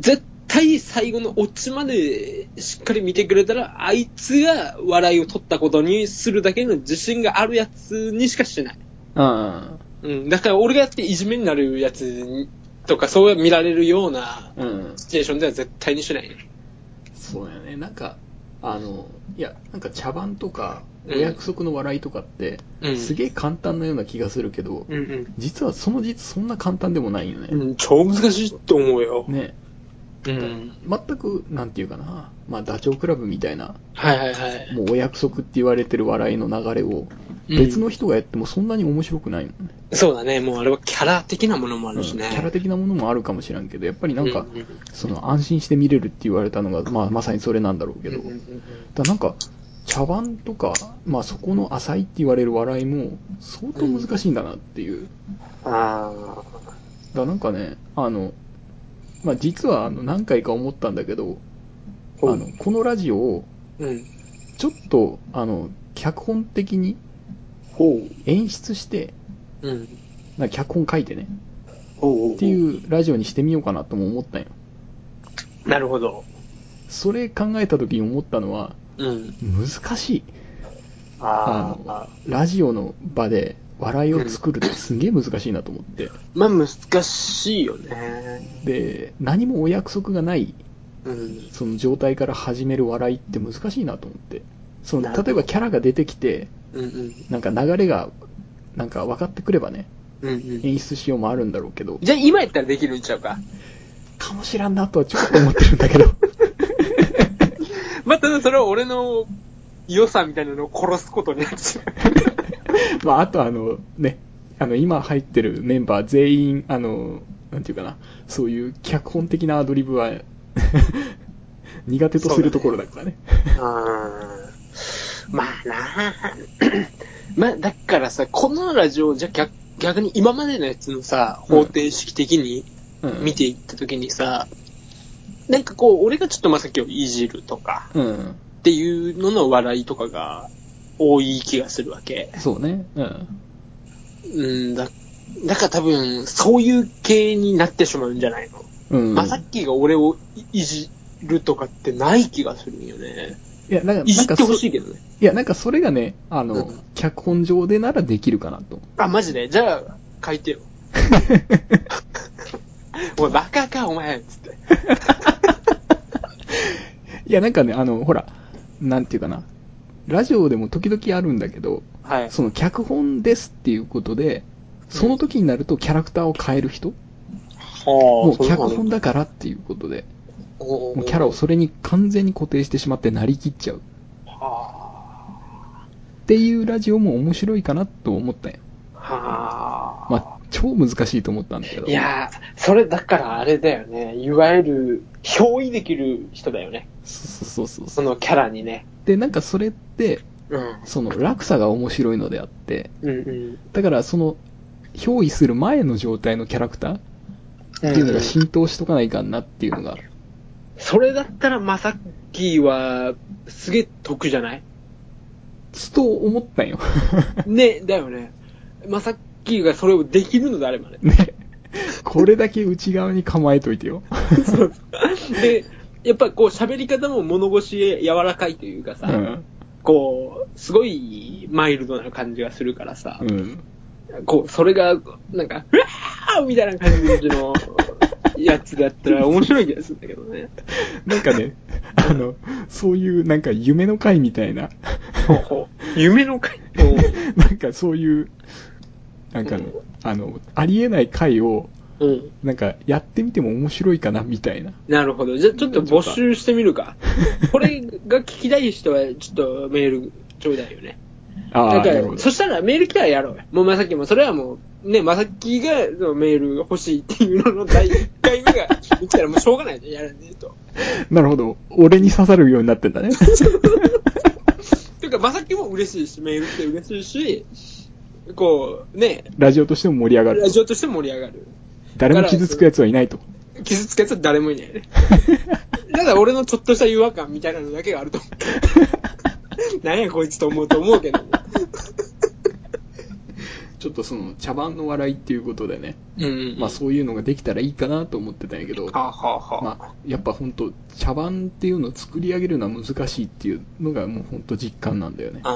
絶対最後のオチまでしっかり見てくれたら、あいつが笑いを取ったことにするだけの自信があるやつにしかしない。
うん。
うん。だから俺がやっていじめになるやつとか、そう見られるような
うん。
シチュエーションでは絶対にしないね。
そうだよね。なんか、あの、いや、なんか茶番とか、お
うん
約束の笑いとかって、
うん
すげえ簡単なような気がするけど、
うん
実はその実、そんな簡単でもないよ
う
ね。
ん。超難しいと思うよ。
ね。
うん。
全く、なんていうかな、まあ、ダチョウ倶楽部みたいな、
はいはいはい。
もうお約束って言われてる笑いの流れを、
うん
別の人がやってもそんなに面白くないもんね。
そうだね。もうあれはキャラ的なものもあ
うん
るし
キ
ね。
ャラ的なものもあるかもしれんけど、やっぱりなんか、
うんうん
その安心して見れるって言われたのが、まあ、まさにそれなんだろうけど、
うんうんうんうん
だからなんか、茶番とか、まあ、そこの浅いって言われる笑いも、相当難しいんだなっていう。
ああ。
だからなんかね、あの、まあ、実はあの何回か思ったんだけど、あ
ほう
の、このラジオを、
うん。
ちょっと、あの、脚本的に
ほ
演出して、
う。うん。
なんか脚本書いてね、
ほう。
って
う。
いうラジオにしてみようかなとも思ったんよ。
なるほど。
それ考えた時に思ったのは、
うん。
難しい。
あ
あ
あ。
ラジオの場で笑いを作るってすげえ難しいなと思って。
まあ難しいよね。
で、何もお約束がない、
うん。
その状態から始める笑いって難しいなと思って。そ
な
の、
るほど
例えばキャラが出てきて、
うんうん。
なんか流れが、なんか分かってくればね、
うんうん。
演出しようもあるんだろうけど、
じゃあ今やったらできるんちゃうか。
かもしらんなとはちょっと思ってるんだけど。
まあただそれは俺の良さみたいなのを殺すことになっちゃ
まあ、あとあの、ね、あの、今入ってるメンバー全員、あの、なんていうかな、そういう脚本的なアドリブは、 苦手とするところだからね。
う。ああ。まあな あ。まあだからさ、このラジオ、じゃあ逆逆に今までのやつのさ、方程式的に、
うん
見ていったときにさ、なんかこう、俺がちょっとまさきをいじるとか
うん。
っていうのの笑いとかが多い気がするわけ。
そうね。うん。
うんだ、だから多分、そういう系になってしまうんじゃないの、
うん。
まさきが俺をいいじるとかってない気がするんよね。
いや、なんか、
いじ
な
っ
んか
て
そ、
ほ
い
しいけどね。
や、なんかそれがね、あの、
うん
脚本上でならできるかな と。
あ、マジでじゃあ、書いてよ。おい、バカか、お前つって。
いや、なんかね、あの、ほら、なんていうかな、ラジオでも時々あるんだけど、
はい。
その脚本ですっていうことで、その時になるとキャラクターを変える人、もう脚本だからっていうことで、もうキャラをそれに完全に固定してしまってなりきっちゃうっていうラジオも面白いかなと思ったんよ。
はあ。
まあ、超難しいと思ったんだけど。
いやー、それだからあれだよね。いわゆる、憑依できる人だよね。
そうそうそうそ
そのキャラにね。
う。で、なんかそれって、
うん。
その落差が面白いのであって、
うん
だからその、憑依する前の状態のキャラクターっ
うん。
ていうのが浸透しとかないかんなっていうのが、
それだったらまさっきは、すげえ得じゃない
ちょっと思ったんよ。。
ね、だよね。まさっきがそれをできるのであればね
ね。これだけ内側に構えといてよ。
で、やっぱこう喋り方も物腰へ柔らかいというかさ、
うん。
こう、すごいマイルドな感じがするからさ、
うん。
こう、それが、なんか、うわーみたいな感じのやつだったら面白い気がするんだけどね。
なんかね、あの、そういうなんか夢の会みたいな、
夢の回
なんかそういう、なんかね、あの、ありえない会を、
うん。
なんかやってみても面白いかなみたいな。
なるほど。じゃあちょっと募集してみるか。これが聞きたい人はちょっとメールちょうだいよね。
あ
だ
あ、
か
なるほ
ら、
ど。
そしたらメール来たらやろうよ。もうまさきも、それはもう、ね、まさきがそのメール欲しいっていうのの第1回目が来たらもうしょうがないじゃん、やらねえと。
なるほど。俺に刺さるようになってんだね。
とていうか、まさきも嬉しいし、メールして嬉しいし、こう、ね、
ラジオとしても盛り上がる
ラ。ジオとして盛り上がる。
誰も傷つくやつはいないと。
傷つけたら誰もいないね。 ただ俺のちょっとした違和感みたいなのだけがあると思う。 なんやこいつと思うと思うけど。
ちょっとその、茶番の笑いっていうことでね、
うん
まあそういうのができたらいいかなと思ってたんやけど、
はあ、はあはあ、
まあ、やっぱほんと、茶番っていうのを作り上げるのは難しいっていうのがもうほんと実感なんだよね。
あ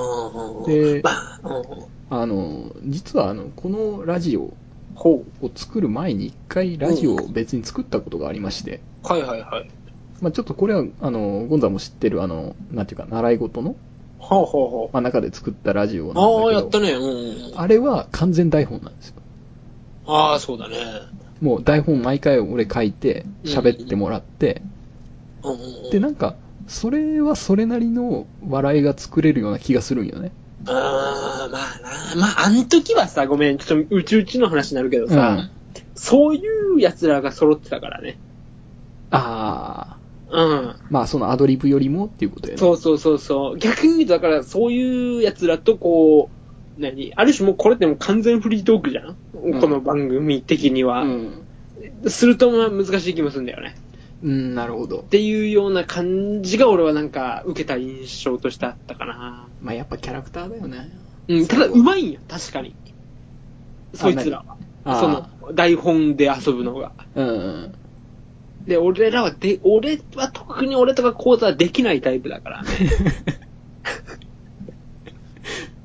ー
で
まあうん
あの、実はあの、このラジオ
ほ
を作る前に一回ラジオを別に作ったことがありまして、
う。 はいはいはい。
まあちょっとこれは、あの、ゴンザも知ってる、あの、なんていうか、習い事の、
はあはあは
まあ、中で作ったラジオなんだけ
あ。
ど
あ、あ、やったね。うん。
あれは完全台本なんですよ。
ああ、そうだね。
もう台本毎回俺書いて、喋ってもらって、
うんうんうん
で、なんか、それはそれなりの笑いが作れるような気がするんよね。
あーまあな、まあ、あの時はさ、ごめん、ちょっとうちうちの話になるけどさ、そういう奴らが揃ってたからね。
あ
う
あ。、
ん
まあ、そのアドリブよりもっていうことやね。
そうそうそうそう。逆に言うと、だから、そういう奴らとこう、何ある種もうこれってもう完全フリートークじゃん、
ん
この番組的には。
うん。
すると、まあ難しい気もするんだよね。
うん、なるほど
っ。ていうような感じが俺はなんか受けた印象としてあったかな。
まあ、やっぱキャラクターだよね。
うん、ただ上手いんや、確かに。そいつら
あ
は。その、台本で遊ぶのが。
うんうん。
で、俺らはで、俺は特に俺とか講座はできないタイプだから。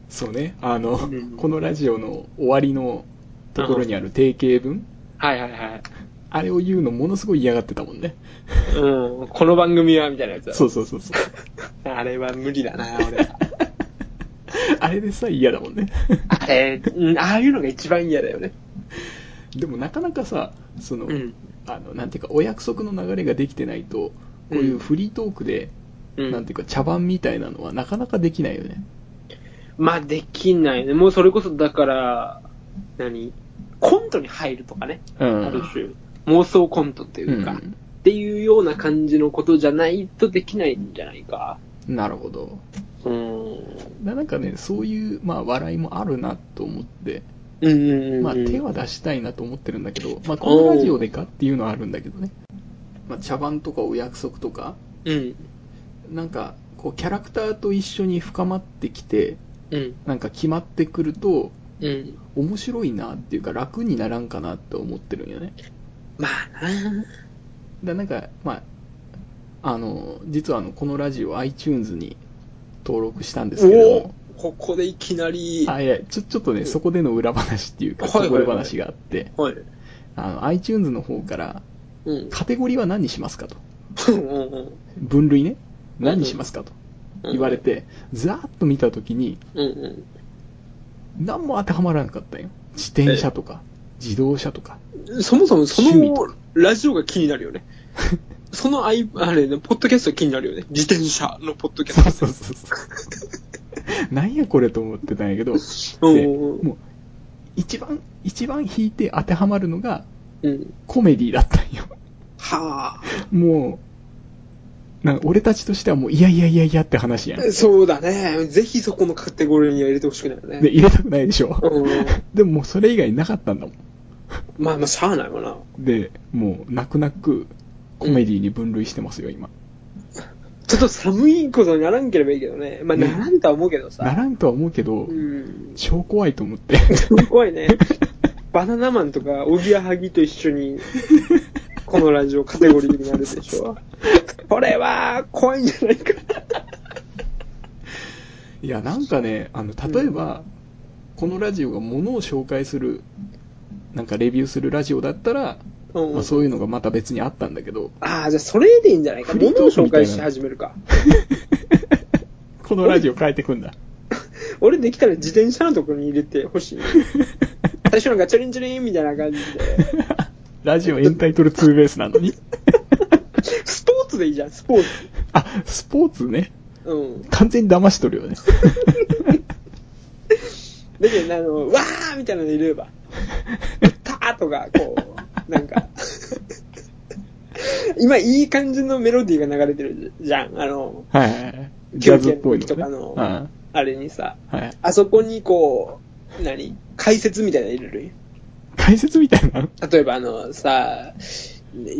そうね。あの、
うん
このラジオの終わりのところにある定型文、
はいはいはい。
あれを言うのものすごい嫌がってたもんね。
うん、この番組は、みたいなやつだ
そうそうそうそう。
あれは無理だな、俺は。
あれでさえ嫌だもんね。
あれ、うんああいうのが一番嫌だよね。
でもなかなかさ、その、
うん。
あの、なんていうか、お約束の流れができてないと、こういうフリートークで、
うん、
なんていうか、茶番みたいなのはなかなかできないよね。
まあ、できないね。もうそれこそ、だから、何コントに入るとかね。
う
ある種、妄想コントっていうか、
う
っ
ん
ていうような感じのことじゃないとできないんじゃないか。
なるほど。
うん。うん
ななんかね、そういう、まあ、笑いもあるなと思って、
うんうんうん。
まあ、手は出したいなと思ってるんだけど、まあ、このラジオでかっていうのはあるんだけどね。まあ、茶番とかお約束とか、
うん。
なんか、こう、キャラクターと一緒に深まってきて、
うん。
なんか決まってくると、
うん。
面白いなっていうか、楽にならんかなと思ってるんよね。
まあな。
だなんか、まあ、あの、実はあの、このラジオ iTunes に登録したんですけども、
おここでいきなり。
あ、いや、ちょ、ちょっとね、そこでの裏話っていうか、
はいはい
こぼ
はい
れ話があって、
はい。
あの、iTunes の方から、
うん。
カテゴリーは何にしますかと。
うんうん
分類ね。何にしますかと
うん
言われ。て、ざーっと見たときに、
うんうん。
何も当てはまらなかったんよ。自転車とか、自動車とか。
そもそもそ
趣味と
のラジオが気になるよ ね。そのアイ、あれね、ポッドキャストが気になるよね。自転車のポッドキャ
そう
ス
そうそうそう。なんやこれと思ってたんやけど、
ト。
で
うん
もう、一番、一番引いて当てはまるのが、
うん。
コメディだったんよ。
は
もう、なんか俺たちとしてはもう、いやいやいやいやって話やん。
あ。そうだね。ぜひそこのカテゴリーには入れてほしくないよね。
で、入れたくないでしょ。
うん。
でももうそれ以外なかったんだも
まあまあ、しゃあないわな。
ん。で、もう泣く泣くコメディに分類してますよ、今。
ちょっと寒いことにならんければいいけどね。まあ、
ね
ならんとは思うけど
な
さ。
らんとは思うけど
う、ん。
超怖いと思って。
怖いね。バナナマンとか、おぎやはぎと一緒に、このラジオカテゴリーになるでしょ。これは、怖いんじゃないか。
いや、なんかね、あの、例えば、このラジオが物を紹介する、なんかレビューするラジオだったら、
うん
まあ、そういうのがまた別にあったんだけ ど、
ああ、じゃあそれでいいんじゃないか。
フリー
物
ト
を
ークみ
紹
たいな
介し始めるか。
このラジオ変えてくんだ。
俺できたら自転車のところに入れて ほしい。最初のガチャリンチャリンみたいな感じで。
ラジオエンタイトルツーベースなのに。
スポーツでいいじゃん、スポーツ。
あ、スポーツね。
うん。
完全に騙しとるよ ね。
だけど、あの、わーみたいなの入れれば。たーとか、こう、なんか。 今、いい感じのメロディーが流れてるじゃん。あの、
はいはいはい。ジャズっぽいの、ね。
とかの
うんは
あれにさ、
い。
あそこにこう、何解説みたいなの入れる
解説みたいな
例えばあのさ、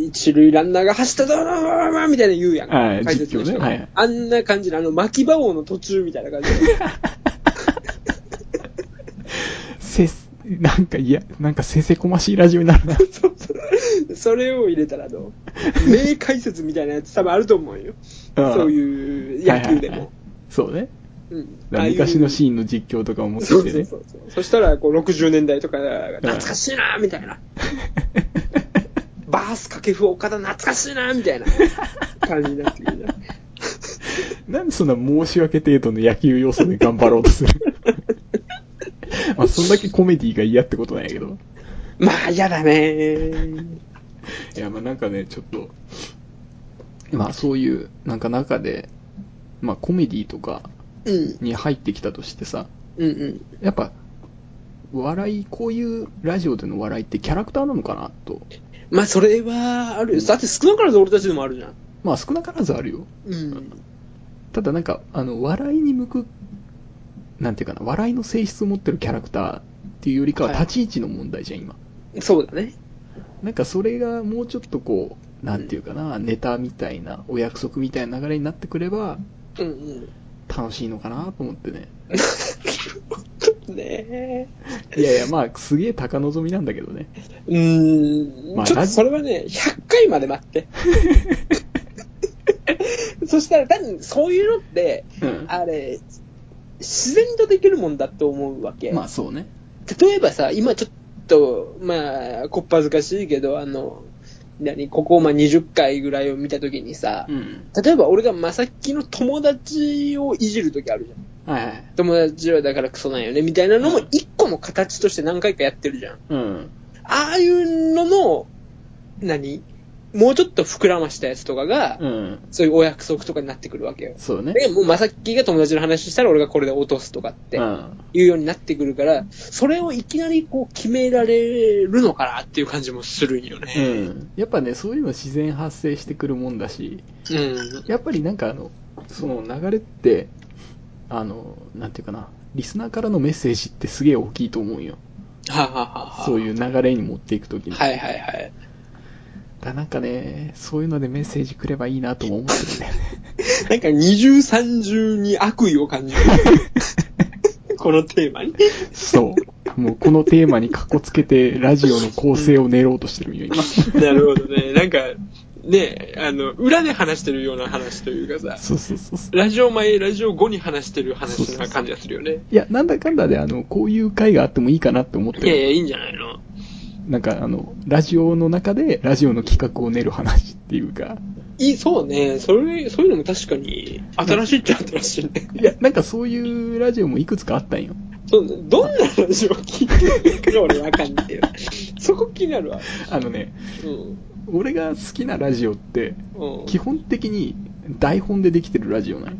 一塁ランナーが走ったぞーみたいな言うやん。
はい
解説の人
実況ねはい
あんな感じの、あの、巻き場王の途中みたいな感じで。
せ、なんかいや、なんかせせこましいラジオになるな。
そうそうそれを入れたらどう名解説みたいなやつ多分あると思うよ。そう
うん
いう野球
はいはい
で
はい
も。
そうね。
うん
だから昔の
ーン
シーンの実況とかを持って
そ
き
う
て
そう
ね。
そうそう。そしたら、こう、60年代とかが、懐かしいなーみたいな。バース掛布岡田懐かしいなーみたいな感じになってくるじゃん。
なんでそんな申し訳程度の野球要素で頑張ろうとす るまあ、そんだけコメディが嫌ってことなんやけど。
まあ、嫌だねー。
いや、まあなんかね、ちょっと、まあそういう、なんか中で、まあコメディとか
うん。
に入ってきたとしてさ、
うんうん。
やっぱ、笑い、こういうラジオでの笑いってキャラクターなのかなと。
まあ、それはあるよ。だって少なからず俺たちでもあるじゃん。
まあ少なからずあるよ。
うん。
ただなんか、あの、笑いに向く、なんていうかな、笑いの性質を持ってるキャラクターっていうよりかは
はい
立ち位置の問題じゃん、今。
そうだね。
なんかそれがもうちょっとこう、なんていうかな、ネタみたいな、お約束みたいな流れになってくれば、
うんうん。
楽しいのかなと思って ね。
ね
いやいや、まあ、すげえ高望みなんだけど ね。
え。うーん、
まあ
ちょっとそれはね、100回まで待って。そしたら、多分そういうのって、
うん。
あれ、自然とできるもんだと思うわけ。
まあ、そうね。
例えばさ、今ちょっと、まあ、こっぱずかしいけど、あの、何、ここをまあ20回ぐらいを見たときにさ、
うん。
例えば俺がまさっきの友達をいじるときあるじゃん。
はいはい。
友達はだからクソなんよね、みたいなのも一個の形として何回かやってるじゃん。
うん。
ああいうのの、何もうちょっと膨らましたやつとかが、
うん。
そういうお約束とかになってくるわけよ。
そうね。
で、もうまさっきが友達の話したら俺がこれで落とすとかって
う、ん。
いうようになってくるから、それをいきなりこう決められるのかなっていう感じもするんよ
う
ね。
ん。やっぱね、そういうの自然発生してくるもんだし、
うん。
やっぱりなんかあの、その流れって、あの、なんていうかな、リスナーからのメッセージってすげえ大きいと思うんよ。
はあはあはあはあ
そういう流れに持っていくときに。
はいはいはい。
だなんかね、そういうのでメッセージくればいいなとも思ってるんだよ ね。
なんか二重三重に悪意を感じる。 このテーマに。
そう。もうこのテーマにカッコつけて、ラジオの構成を練ろうとしてるんよ、 今。
なるほどね。なんか、ね、あの、裏で話してるような話というかさ、
そうそうそうそう。
ラジオ前、ラジオ後に話してる話な感じがするよね。
いや、なんだかんだで、あの、こういう回があってもいいかなって思って
いやいや、
る。
いいんじゃないの
なんか、あの、ラジオの中で、ラジオの企画を練る話っていうか、
いい、そうね。それ、そういうのも確かに、新しいっちゃ新しいね。
いや、なんかそういうラジオもいくつかあったんよ。
そうね。どんな話を聞いてるかが俺わかんないよ。そこ気になるわ。
あのね、
うん。
俺が好きなラジオって、
うん。
基本的に台本でできてるラジオなんよ。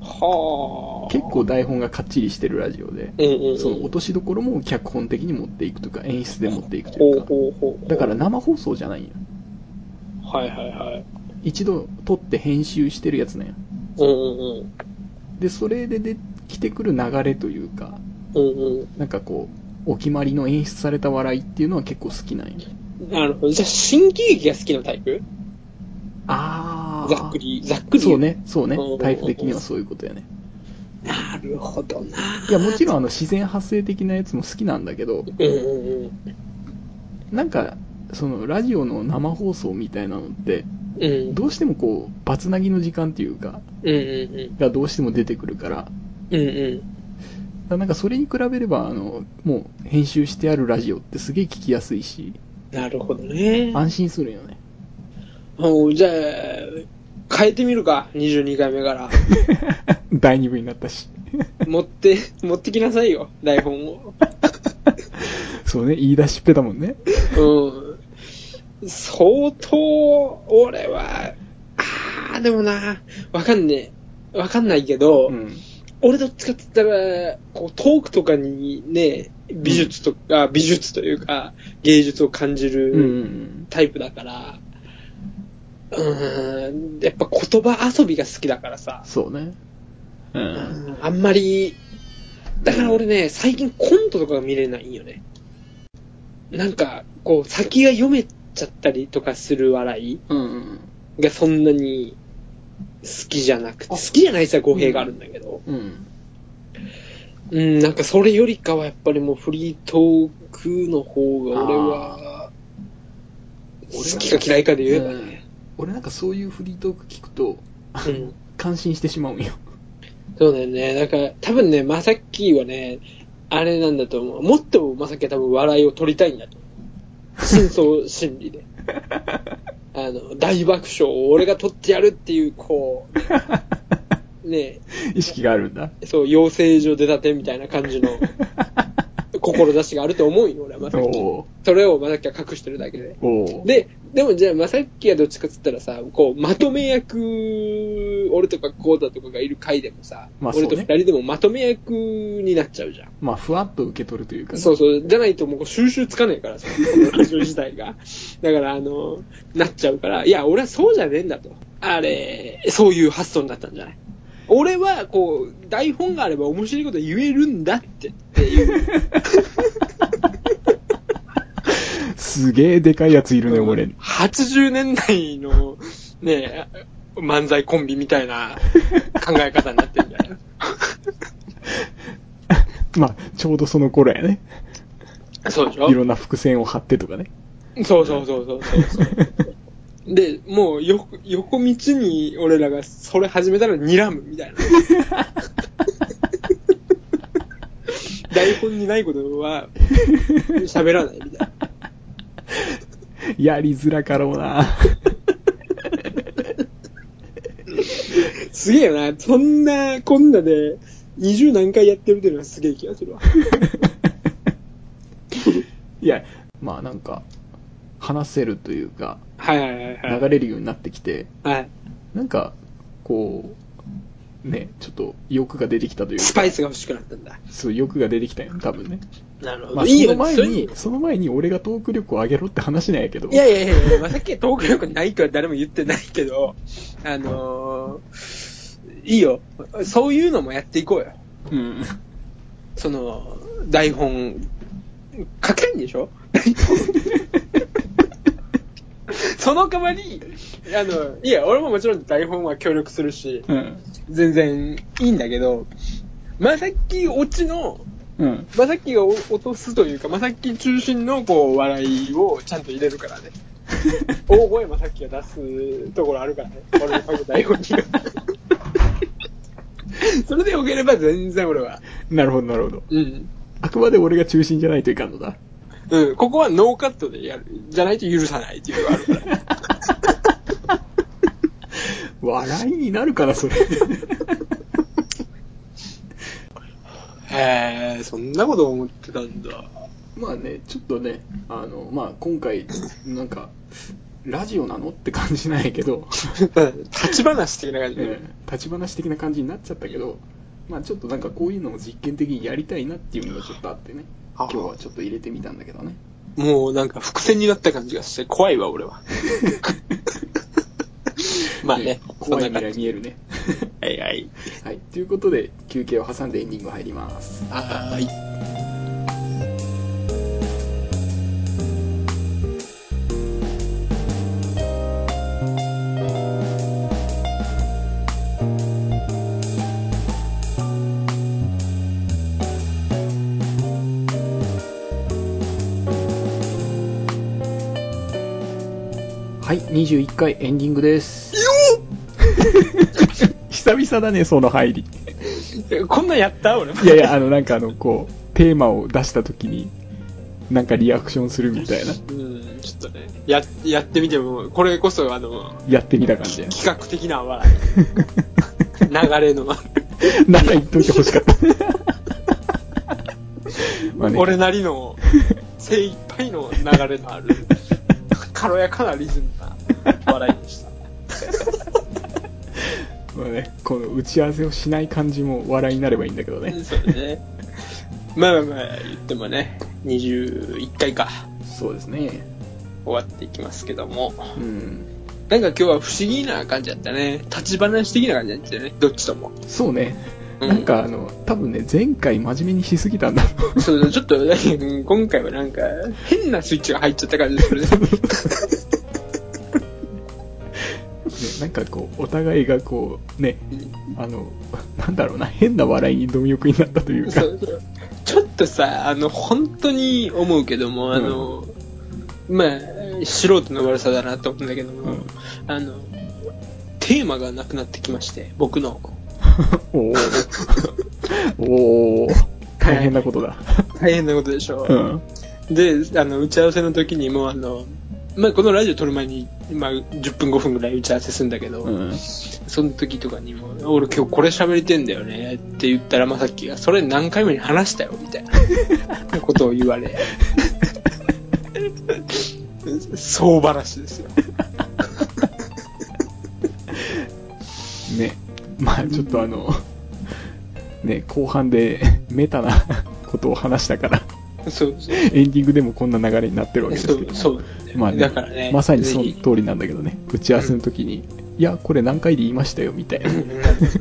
はあ。
結構台本がかっちりしてるラジオで、
うんうんうん。
その落としどころも脚本的に持っていくとか、演出で持っていくと
ほ
いううか、
ほうほう。
だから、生放送じゃないんよ。
はいはいはい。
一度撮って編集してるやつなんよ。
うんうんうん。
で、それでで来てくる流れというか、
うんうん。
なんかこう、お決まりの演出された笑いっていうのは結構好きなんよ。
なるほど。じゃあ、新喜劇が好きなタイプ
あ
ざっくり、ざっくり。
そう。ね、そうね
うんうんうん。
タイプ的にはそういうことやね。
なるほどな。
いや、もちろんあの自然発生的なやつも好きなんだけど、
うんうんうん。
なんか、そのラジオの生放送みたいなのって、
うん。
どうしてもこう、バツナギの時間っていうか、
うんうんうん。
がどうしても出てくるから、
うんうん。
なんかそれに比べれば、あの、もう編集してあるラジオってすげえ聞きやすいし、
なるほどね。
安心するよね。
もうじゃあ、変えてみるか、22回目から。
第2部になったし。
持って、持ってきなさいよ、台本を。
そうね、言い出しっぺだもんね。
うん。相当、俺は、あー、でもな、わかんねえ。わかんないけど、
うん。
俺どっちかって言ったら、こう、トークとかにね、美術とか、美術というか、芸術を感じ
うんう
る
ん
タイプだから、うーん、やっぱ言葉遊びが好きだからさ、
そうね。うん。
あんまり、だから俺ね、最近コントとかが見れないんよね。なんか、こう、先が読めちゃったりとかする笑
うん。
いがそんなに好きじゃなくて、好きじゃないさ、語弊があるんだけど、
うん。
うん、なんかそれよりかはやっぱりもうフリートークの方が俺は、好きか嫌いかで言えばね。
俺なんかそういうフリートーク聞くと、
うん
感心してしまうん よ。
そうだよね。なんか、多分ね、まさきはね、あれなんだと思う。もっとまさきは多分笑いを取りたいんだと思う。真相心理で。 あの、大爆笑を俺が取ってやるっていう、こう、ね、
意識があるんだ。
そう、養成所出たてみたいな感じの志があると思うよ、俺はまさき。
お
それをまさきは隠してるだけで。
おお
で、でもじゃあ、まさっきはどっちかっつったらさ、こう、まとめ役、俺とかコーダとかがいる回でもさ、
まあそう
俺
ね
と二人でもまとめ役になっちゃうじゃん。
まあ、ふわっと受け取るというか、ね、
そうそう。じゃないともう収集つかねえからさ、このラジオ自体が。 だから、あの、なっちゃうから、いや、俺はそうじゃねえんだと。あれ、そういう発想になったんじゃない俺は、こう、台本があれば面白いこと言えるんだって、っていう。
すげえでかいやついるね、俺。
80年代の、ねえ、漫才コンビみたいな考え方になってるんじゃない
まあ、ちょうどその頃やね。
そうでし ょ
いろんな伏線を張ってとかね。
そうそうそうそうそうそう。で、もうよ、横道に俺らがそれ始めたら睨むみたい な。台本にないことは喋らないみたいな。
やりづらかろう な。
すげえよな。そんな、こんなで20何回やってるっていうのはすげえ気がするわ。
いや、まあなんか、話せるというか、
はいはいはいはい。
流れるようになってきて、
はい。
なんか、こう、ね、ちょっと欲が出てきたという
ス
か、
パイスが欲しくなったんだ。
そう欲が出てきたよね、多分ね。
なるほど。
まあ、
いい
そ
よ
の前
それいい
に、その前に俺がトーク力を上げろって話なんやけど。
いやいやいやいや、まさっきトーク力ないとは誰も言ってないけど、あのー、いいよ。そういうのもやっていこうよ。
うん。
その、台本、書けんでしょ 台本その代わり、あの、いや、俺ももちろん台本は協力するし、
うん。
全然いいんだけど、まさっきオチの、
うん。
まさっきが落とすというか、まさっき中心のこう笑いをちゃんと入れるからね。大声まさっきが出すところあるからね。俺の書く台本には。 それでよければ全然俺は。
なるほど、なるほど。
うん。
あくまで俺が中心じゃないといかんの だ。
うん。ここはノーカットでやる。じゃないと許さないっていうのがあるから。
笑いになるから、それ。
へえ、そんなこと思ってたんだ。
まあね、ちょっとね、あの、まあ今回、なんか、ラジオなのって感じなんやけど、
立ち話的な感じで。
うん立ち話的な感じになっちゃったけど、まあちょっとなんかこういうのを実験的にやりたいなっていうのがちょっとあってね、
あ
今日はちょっと入れてみたんだけど ね。
もうなんか伏線になった感じがして怖いわ、俺は。まあね、
怖い
そんな
未
感
来
じ
見える ね。
はいはい。
はい、ということで休憩を挟んでエンディング入ります。
はーい。
はい、21回エンディングです。 久々だね、その入り。
えこんなんやった俺も
いやいや、あの、なんかあの、こう、テーマを出した時に、なんかリアクションするみたいな、
うん、ちょっとね、や、やってみても、これこそあの、
やってみた感じや。
企画的な笑い。流れのある、
なら言っといてほしかった。 まあね、
俺なりの、精一杯の流れのある、軽やかなリズムな笑いでした。
まあね、この打ち合わせをしない感じも笑いになればいいんだけどね。
そうね。まあまあまあ、言ってもね、21回か、
そうですね。
終わっていきますけども。
うん。
なんか今日は不思議な感じだったね。立ち話的な感じだったよね。どっちとも。
そうね。
うん
なんかあの、多分ね、前回真面目にしすぎたんだろう。
そう、ちょっと、うん今回はなんか、変なスイッチが入っちゃった感じするね。
ねなんかこう、お互いがこう、ね、あの、なんだろうな、変な笑いに貪欲になったというか
そ、うそうちょっとさ、あの、本当に思うけども、あの、まあ、素人の悪さだなと思うんだけども、
うん
あの、テーマがなくなってきまして、僕の。
おーおー 大変なことだ。
大変なことでしょ
う。ん。
で、あの、打ち合わせの時にも、あの、まあ、このラジオ撮る前に、まあ、10分5分ぐらい打ち合わせするんだけど、
うん。
その時とかにも、俺今日これ喋りてんだよねって言ったら、まさっきが、それ何回目に話したよ、みたい なことを言われ。そう話ですよ。
ね。まあちょっとあの、ね、後半で メタなことを話したから、
そうそう。
エンディングでもこんな流れになってるわけです
そ
けど
う、。そう。
まあね、
だからね。
まさにその
ぜひ
通りなんだけどね、打ち合わせの時に、いや、これ何回で言いましたよ、みたいな
ちょ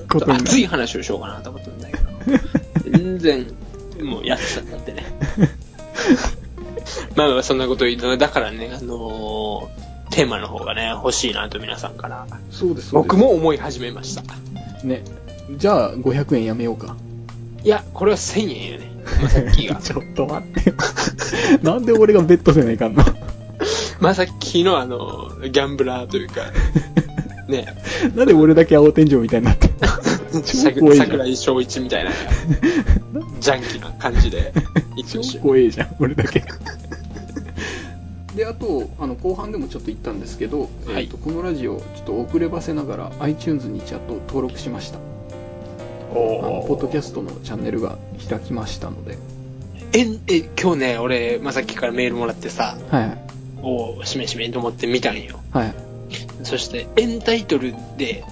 こと
っと
にな
熱
る。
い話をしようかなと思ったんだ けど、全然、もうやってたんだってね。 まあまあ、そんなこと言うと、だからね、あのーテーマの方がね、欲しいなと皆さんから、
そうです
僕。も思い始めました。
ね。じゃあ、500円やめようか。
いや、これは1000円やね。まさっきが。
ちょっと待って よ。なんで俺がベッドせないかんの
まさっきのあの、ギャンブラーという か、ね、
なんで俺だけ青天井みたいになってんの超怖いじゃん
桜井翔一み たいな、ジャンキーな感じで、いって
超
ほしい。
怖えじゃん、俺だけ。で、あと、あの、後半でもちょっと言ったんですけど、
はい
えーとこのラジオ、ちょっと遅ればせながら iTunes にちゃんと登録しました。あのポッドキャストのチャンネルが開きましたので。
えん、え、今日ね、俺、まさっきからメールもらってさ、
はいはい。
おーしめしめと思って見たんよ。
はい。
そして、エンタイトルで、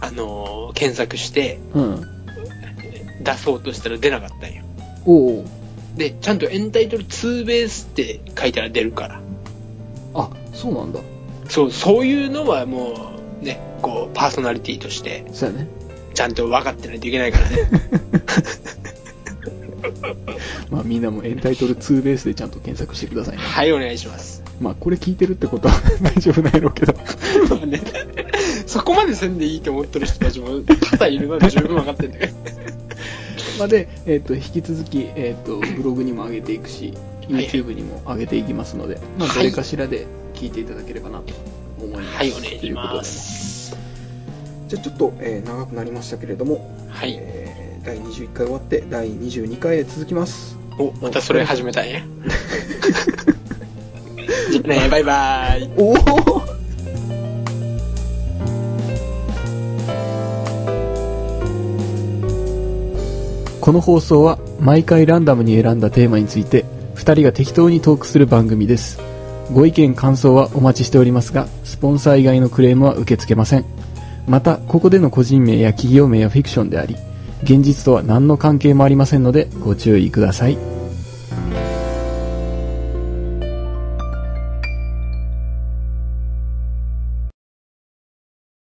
あのー検索して、
うん。
出そうとしたら出なかったんよ。
おう
で、ちゃんとエンタイトルツーベースって書いたら出るから。
おう。あ、そうなんだ。
そう、そういうのはもう、ね、こう、パーソナリティとして、
そうやね。
ちゃんと分かってないといけないからね。
まあみんなもエンタイトル2ベースでちゃんと検索してくださいね。
はい、お願いします。
まあこれ聞いてるってことは 大丈夫なんやろうけど。
まあね、そこまでせんでいいと思ってる人たちも、多々いるので十分分かってんだけど。
まあで、えっ、と、引き続き、えっ、と、ブログにも上げていくし、
はい
YouTube にも上げていきますので、まあ
はい
どれかしらで聞いていただければなと思います。
はい、お願いしま
という
す。
ことで。じゃあちょっと、えー長くなりましたけれども、
はい。
えー第21回終わって、第22回へ続きます。
お、またそれ始めたいね。じゃあね、バイバイ。
おおこの放送は毎回ランダムに選んだテーマについて2人が適当にトークする番組ですご意見感想はお待ちしておりますがスポンサー以外のクレームは受け付けませんまたここでの個人名や企業名はフィクションであり現実とは何の関係もありませんのでご注意ください